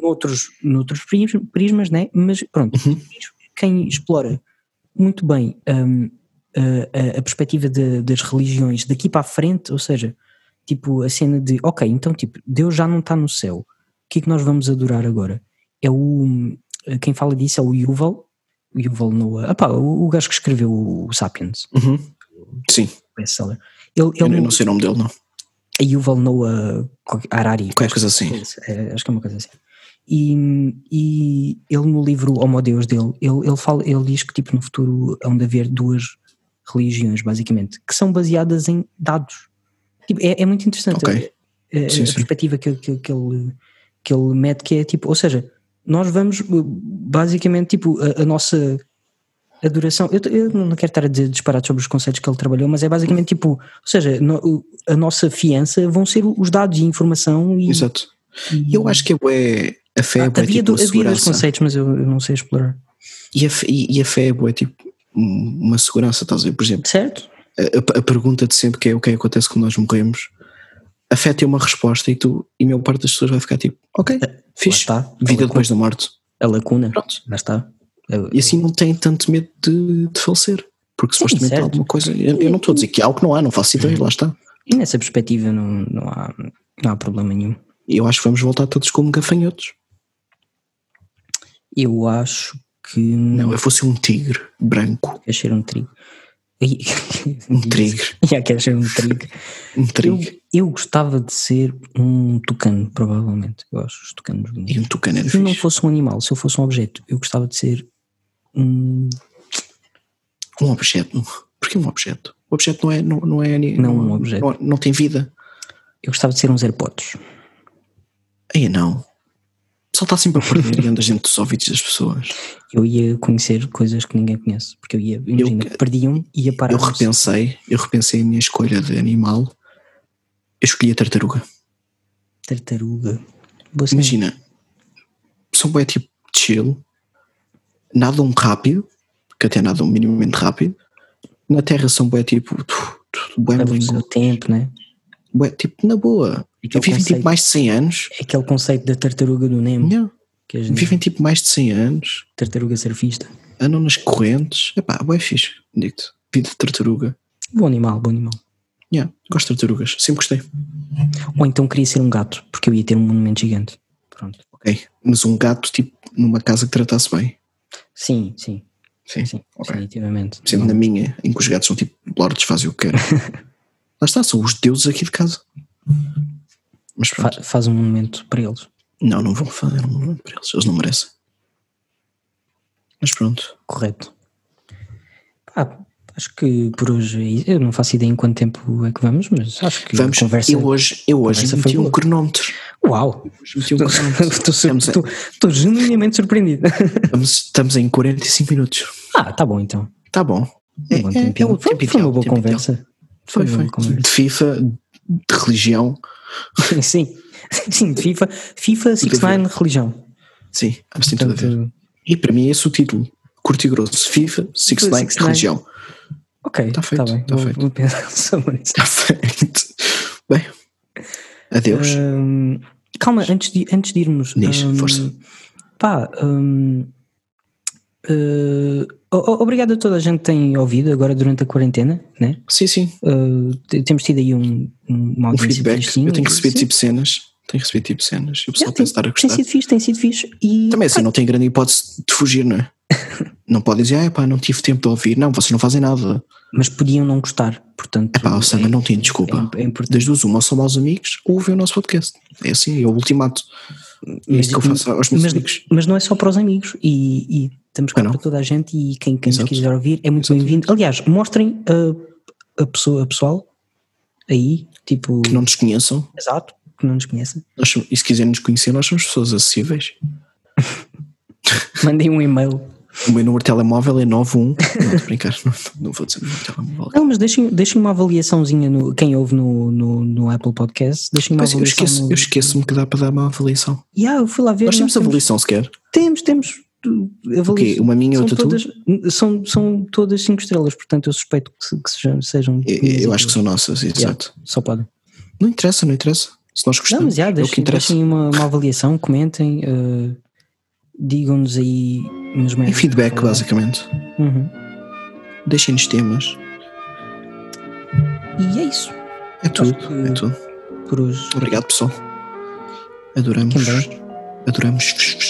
noutros, noutros prism- prismas, né? mas pronto, Uhum. quem explora muito bem hum, a, a- a perspectiva de- das religiões daqui para a frente, ou seja, tipo a cena de, ok, então tipo, Deus já não está no céu, o que é que nós vamos adorar agora? É o, quem fala disso é o Yuval, o Yuval Noah, ah pá, o, o gajo que escreveu o Sapiens, Uhum. Sim, bestseller. Ele, eu, ele não sei o nome dele, não. a Yuval Noah Harari. Qualquer coisa assim. É, acho que é uma coisa assim. E, e ele no livro Homo Deus dele, ele, ele, fala, ele diz que tipo, no futuro hão de haver duas religiões, basicamente, que são baseadas em dados. Tipo, é, é muito interessante Ok. a, a- a Sim, sim. perspectiva que, que, que ele, que ele mete, que é tipo, ou seja, nós vamos uh, basicamente tipo a, a nossa adoração. Eu, t- eu não quero estar a dizer disparado sobre os conceitos que ele trabalhou, mas é basicamente Uhum. tipo, ou seja, no- o- a nossa fiança vão ser os dados e a informação e, Exato. e- Eu acho que é a fé é Ah, havia, do, bué, tipo uma havia dois segurança. conceitos, mas eu, eu não sei explorar. E a, fé, e a fé é bué, tipo um- uma segurança, estás a ver? Por exemplo, Certo? a, a- a pergunta de sempre que é o que é que acontece quando nós morremos, a fé tem uma resposta e tu, e a maior parte das pessoas vai ficar tipo, ok, fixe, Ah, Tá Lá está. vida a, lacuna, depois da morte, a lacuna. pronto. Lá está. Eu- E assim não tem tanto medo de, de falecer. Porque Sim, supostamente há certo. Uhum. alguma coisa. Eu, eu não estou a dizer que há algo que não há, não faço ideia, lá está. E nessa perspectiva não, não, há, não há problema nenhum. Eu acho que vamos voltar todos como gafanhotos. Eu acho que. Não, eu fosse um tigre branco. Quer ser um trigo. E- Um tigre. Já quer ser um trigo. Um tigre. Eu, eu gostava de ser um tucano, provavelmente. Eu acho os tucanos bonitos. E um tucano era Se eu não fixe. fosse um animal, se eu fosse um objeto, eu gostava de ser um. Um objeto. Porquê um objeto? O objeto não é. Não, não, é, Não um objeto. Não, não tem vida. Eu gostava de ser uns AirPods. Aí não. O pessoal está sempre a perder e andas dentro dos ouvidos das pessoas. Eu ia conhecer coisas que ninguém conhece, porque eu ia, imagina, perdiam e ia parar. Eu repensei, eu repensei a minha escolha de animal. Eu escolhi a tartaruga. Tartaruga. Boa cena. Imagina, são bem tipo chill, nadam rápido, que até nadam minimamente rápido. Na Terra são bem tipo, tu, tu, bué Leva o seu melingo. um tempo, né? Bué, tipo, na boa. Aquele vivem conceito, tipo mais de 100 anos. É aquele conceito da tartaruga do Nemo, Yeah. que a gente Vivem tipo mais de 100 anos, tartaruga surfista. andam nas correntes. Epá, bué fixe, digo-te. Vida de tartaruga. Bom animal, bom animal. Yeah, gosto de tartarugas, sempre gostei. Ou então queria ser um gato, porque eu ia ter um monumento gigante. Pronto. Ok, mas um gato, tipo, numa casa que tratasse bem. Sim, sim, Sim, sim, É, Ok. definitivamente. Por exemplo, na minha, em que os gatos são tipo lordes, fazem o que querem. Lá está, são os deuses aqui de casa. Mas Fa- pronto, faz um monumento para eles. não, não vão fazer um momento para eles, eles não merecem. Mas pronto, Correto. Pá, acho que por hoje é isso. eu não faço ideia em quanto tempo é que vamos, mas acho que vamos. a conversa. eu hoje, eu hoje conversa foi meti um boa. cronómetro. Uau! Hoje meti um cronómetro. Estou sur- Estamos a- estou- estou genuinamente surpreendido. Estamos, estamos em 45 minutos. Ah, tá bom então. Está bom. tipo, Um bom tempinho. É, o foi, tempo foi uma ideal, boa tempo ideal. conversa. Foi, uma foi. boa conversa. tipo, De FIFA, de religião. Sim, sim, de FIFA, FIFA 69, religião. Sim, mas tem tudo a ver. Portanto, E para mim é esse o título. Curto e grosso. FIFA, Six Six Flags, Flags. religião. ok, está Tá feito, bem, tá vou, feito. vou pensar sobre isso. Está Tá feito. Bem, adeus. Hum, calma, antes de, antes de irmos. Diz, hum, força. Pá, hum, eh, o- o- obrigado a toda a gente que tem ouvido agora durante a quarentena, né? sim, sim. Eh, te- temos tido aí um, um, uma Um audiência feedback. fixinha, Eu tenho recebido sim. tipo cenas. Tenho recebido tipo cenas. E o Já, pessoal tem tem, estar a tem gostar. sido fixe, tem sido fixe. E Também assim, não tem grande hipótese de fugir, não é? Não podem dizer, ah, pá, não tive tempo de ouvir. Não, vocês não fazem nada. mas podiam não gostar, portanto. É Pá, o Sandra não tem desculpa. é, é importante. Das duas, uma, ou são maus amigos ou ouvem o nosso podcast. É assim, é o ultimato. É Mas- isso que eu faço aos meus mas, amigos. mas não é só para os amigos e, e estamos cá Ah, não? para toda a gente e quem, quem nos Exato. quiser ouvir é muito Exato. bem-vindo. Aliás, mostrem a, a pessoa, a pessoal aí, tipo, Que não nos conheçam. exato, que não nos conhecem. Nós somos- e se quiserem nos conhecer, nós somos pessoas acessíveis. Mandem um e-mail. O meu número de telemóvel é 91. Não, estou a brincar, não, não vou dizer o número de telemóvel. Não, mas deixem, deixem uma avaliaçãozinha no quem ouve no, no, no Apple Podcast. Deixem uma Pois, eu avaliação. esqueço- no- eu esqueço-me que dá para dar uma avaliação. Yeah, eu fui lá ver. Nós temos temos, avaliação sequer. temos, temos tu, Porque avaliação. uma minha e São outra tu. todas, são, são todas cinco estrelas, portanto eu suspeito que, se- que sejam, sejam. Eu, É, eu acho que são nossas, exato. Só podem. Não interessa, não interessa. Se nós Não, gostamos, mas já, é o que deixem, interessa. deixem uma, uma avaliação, comentem, eh, digam-nos aí nos É meios. feedback, basicamente. Uhum. Deixem-nos temas. E é isso É tudo, que- é tudo. por hoje. Obrigado, pessoal. Adoramos. Quem Adoramos.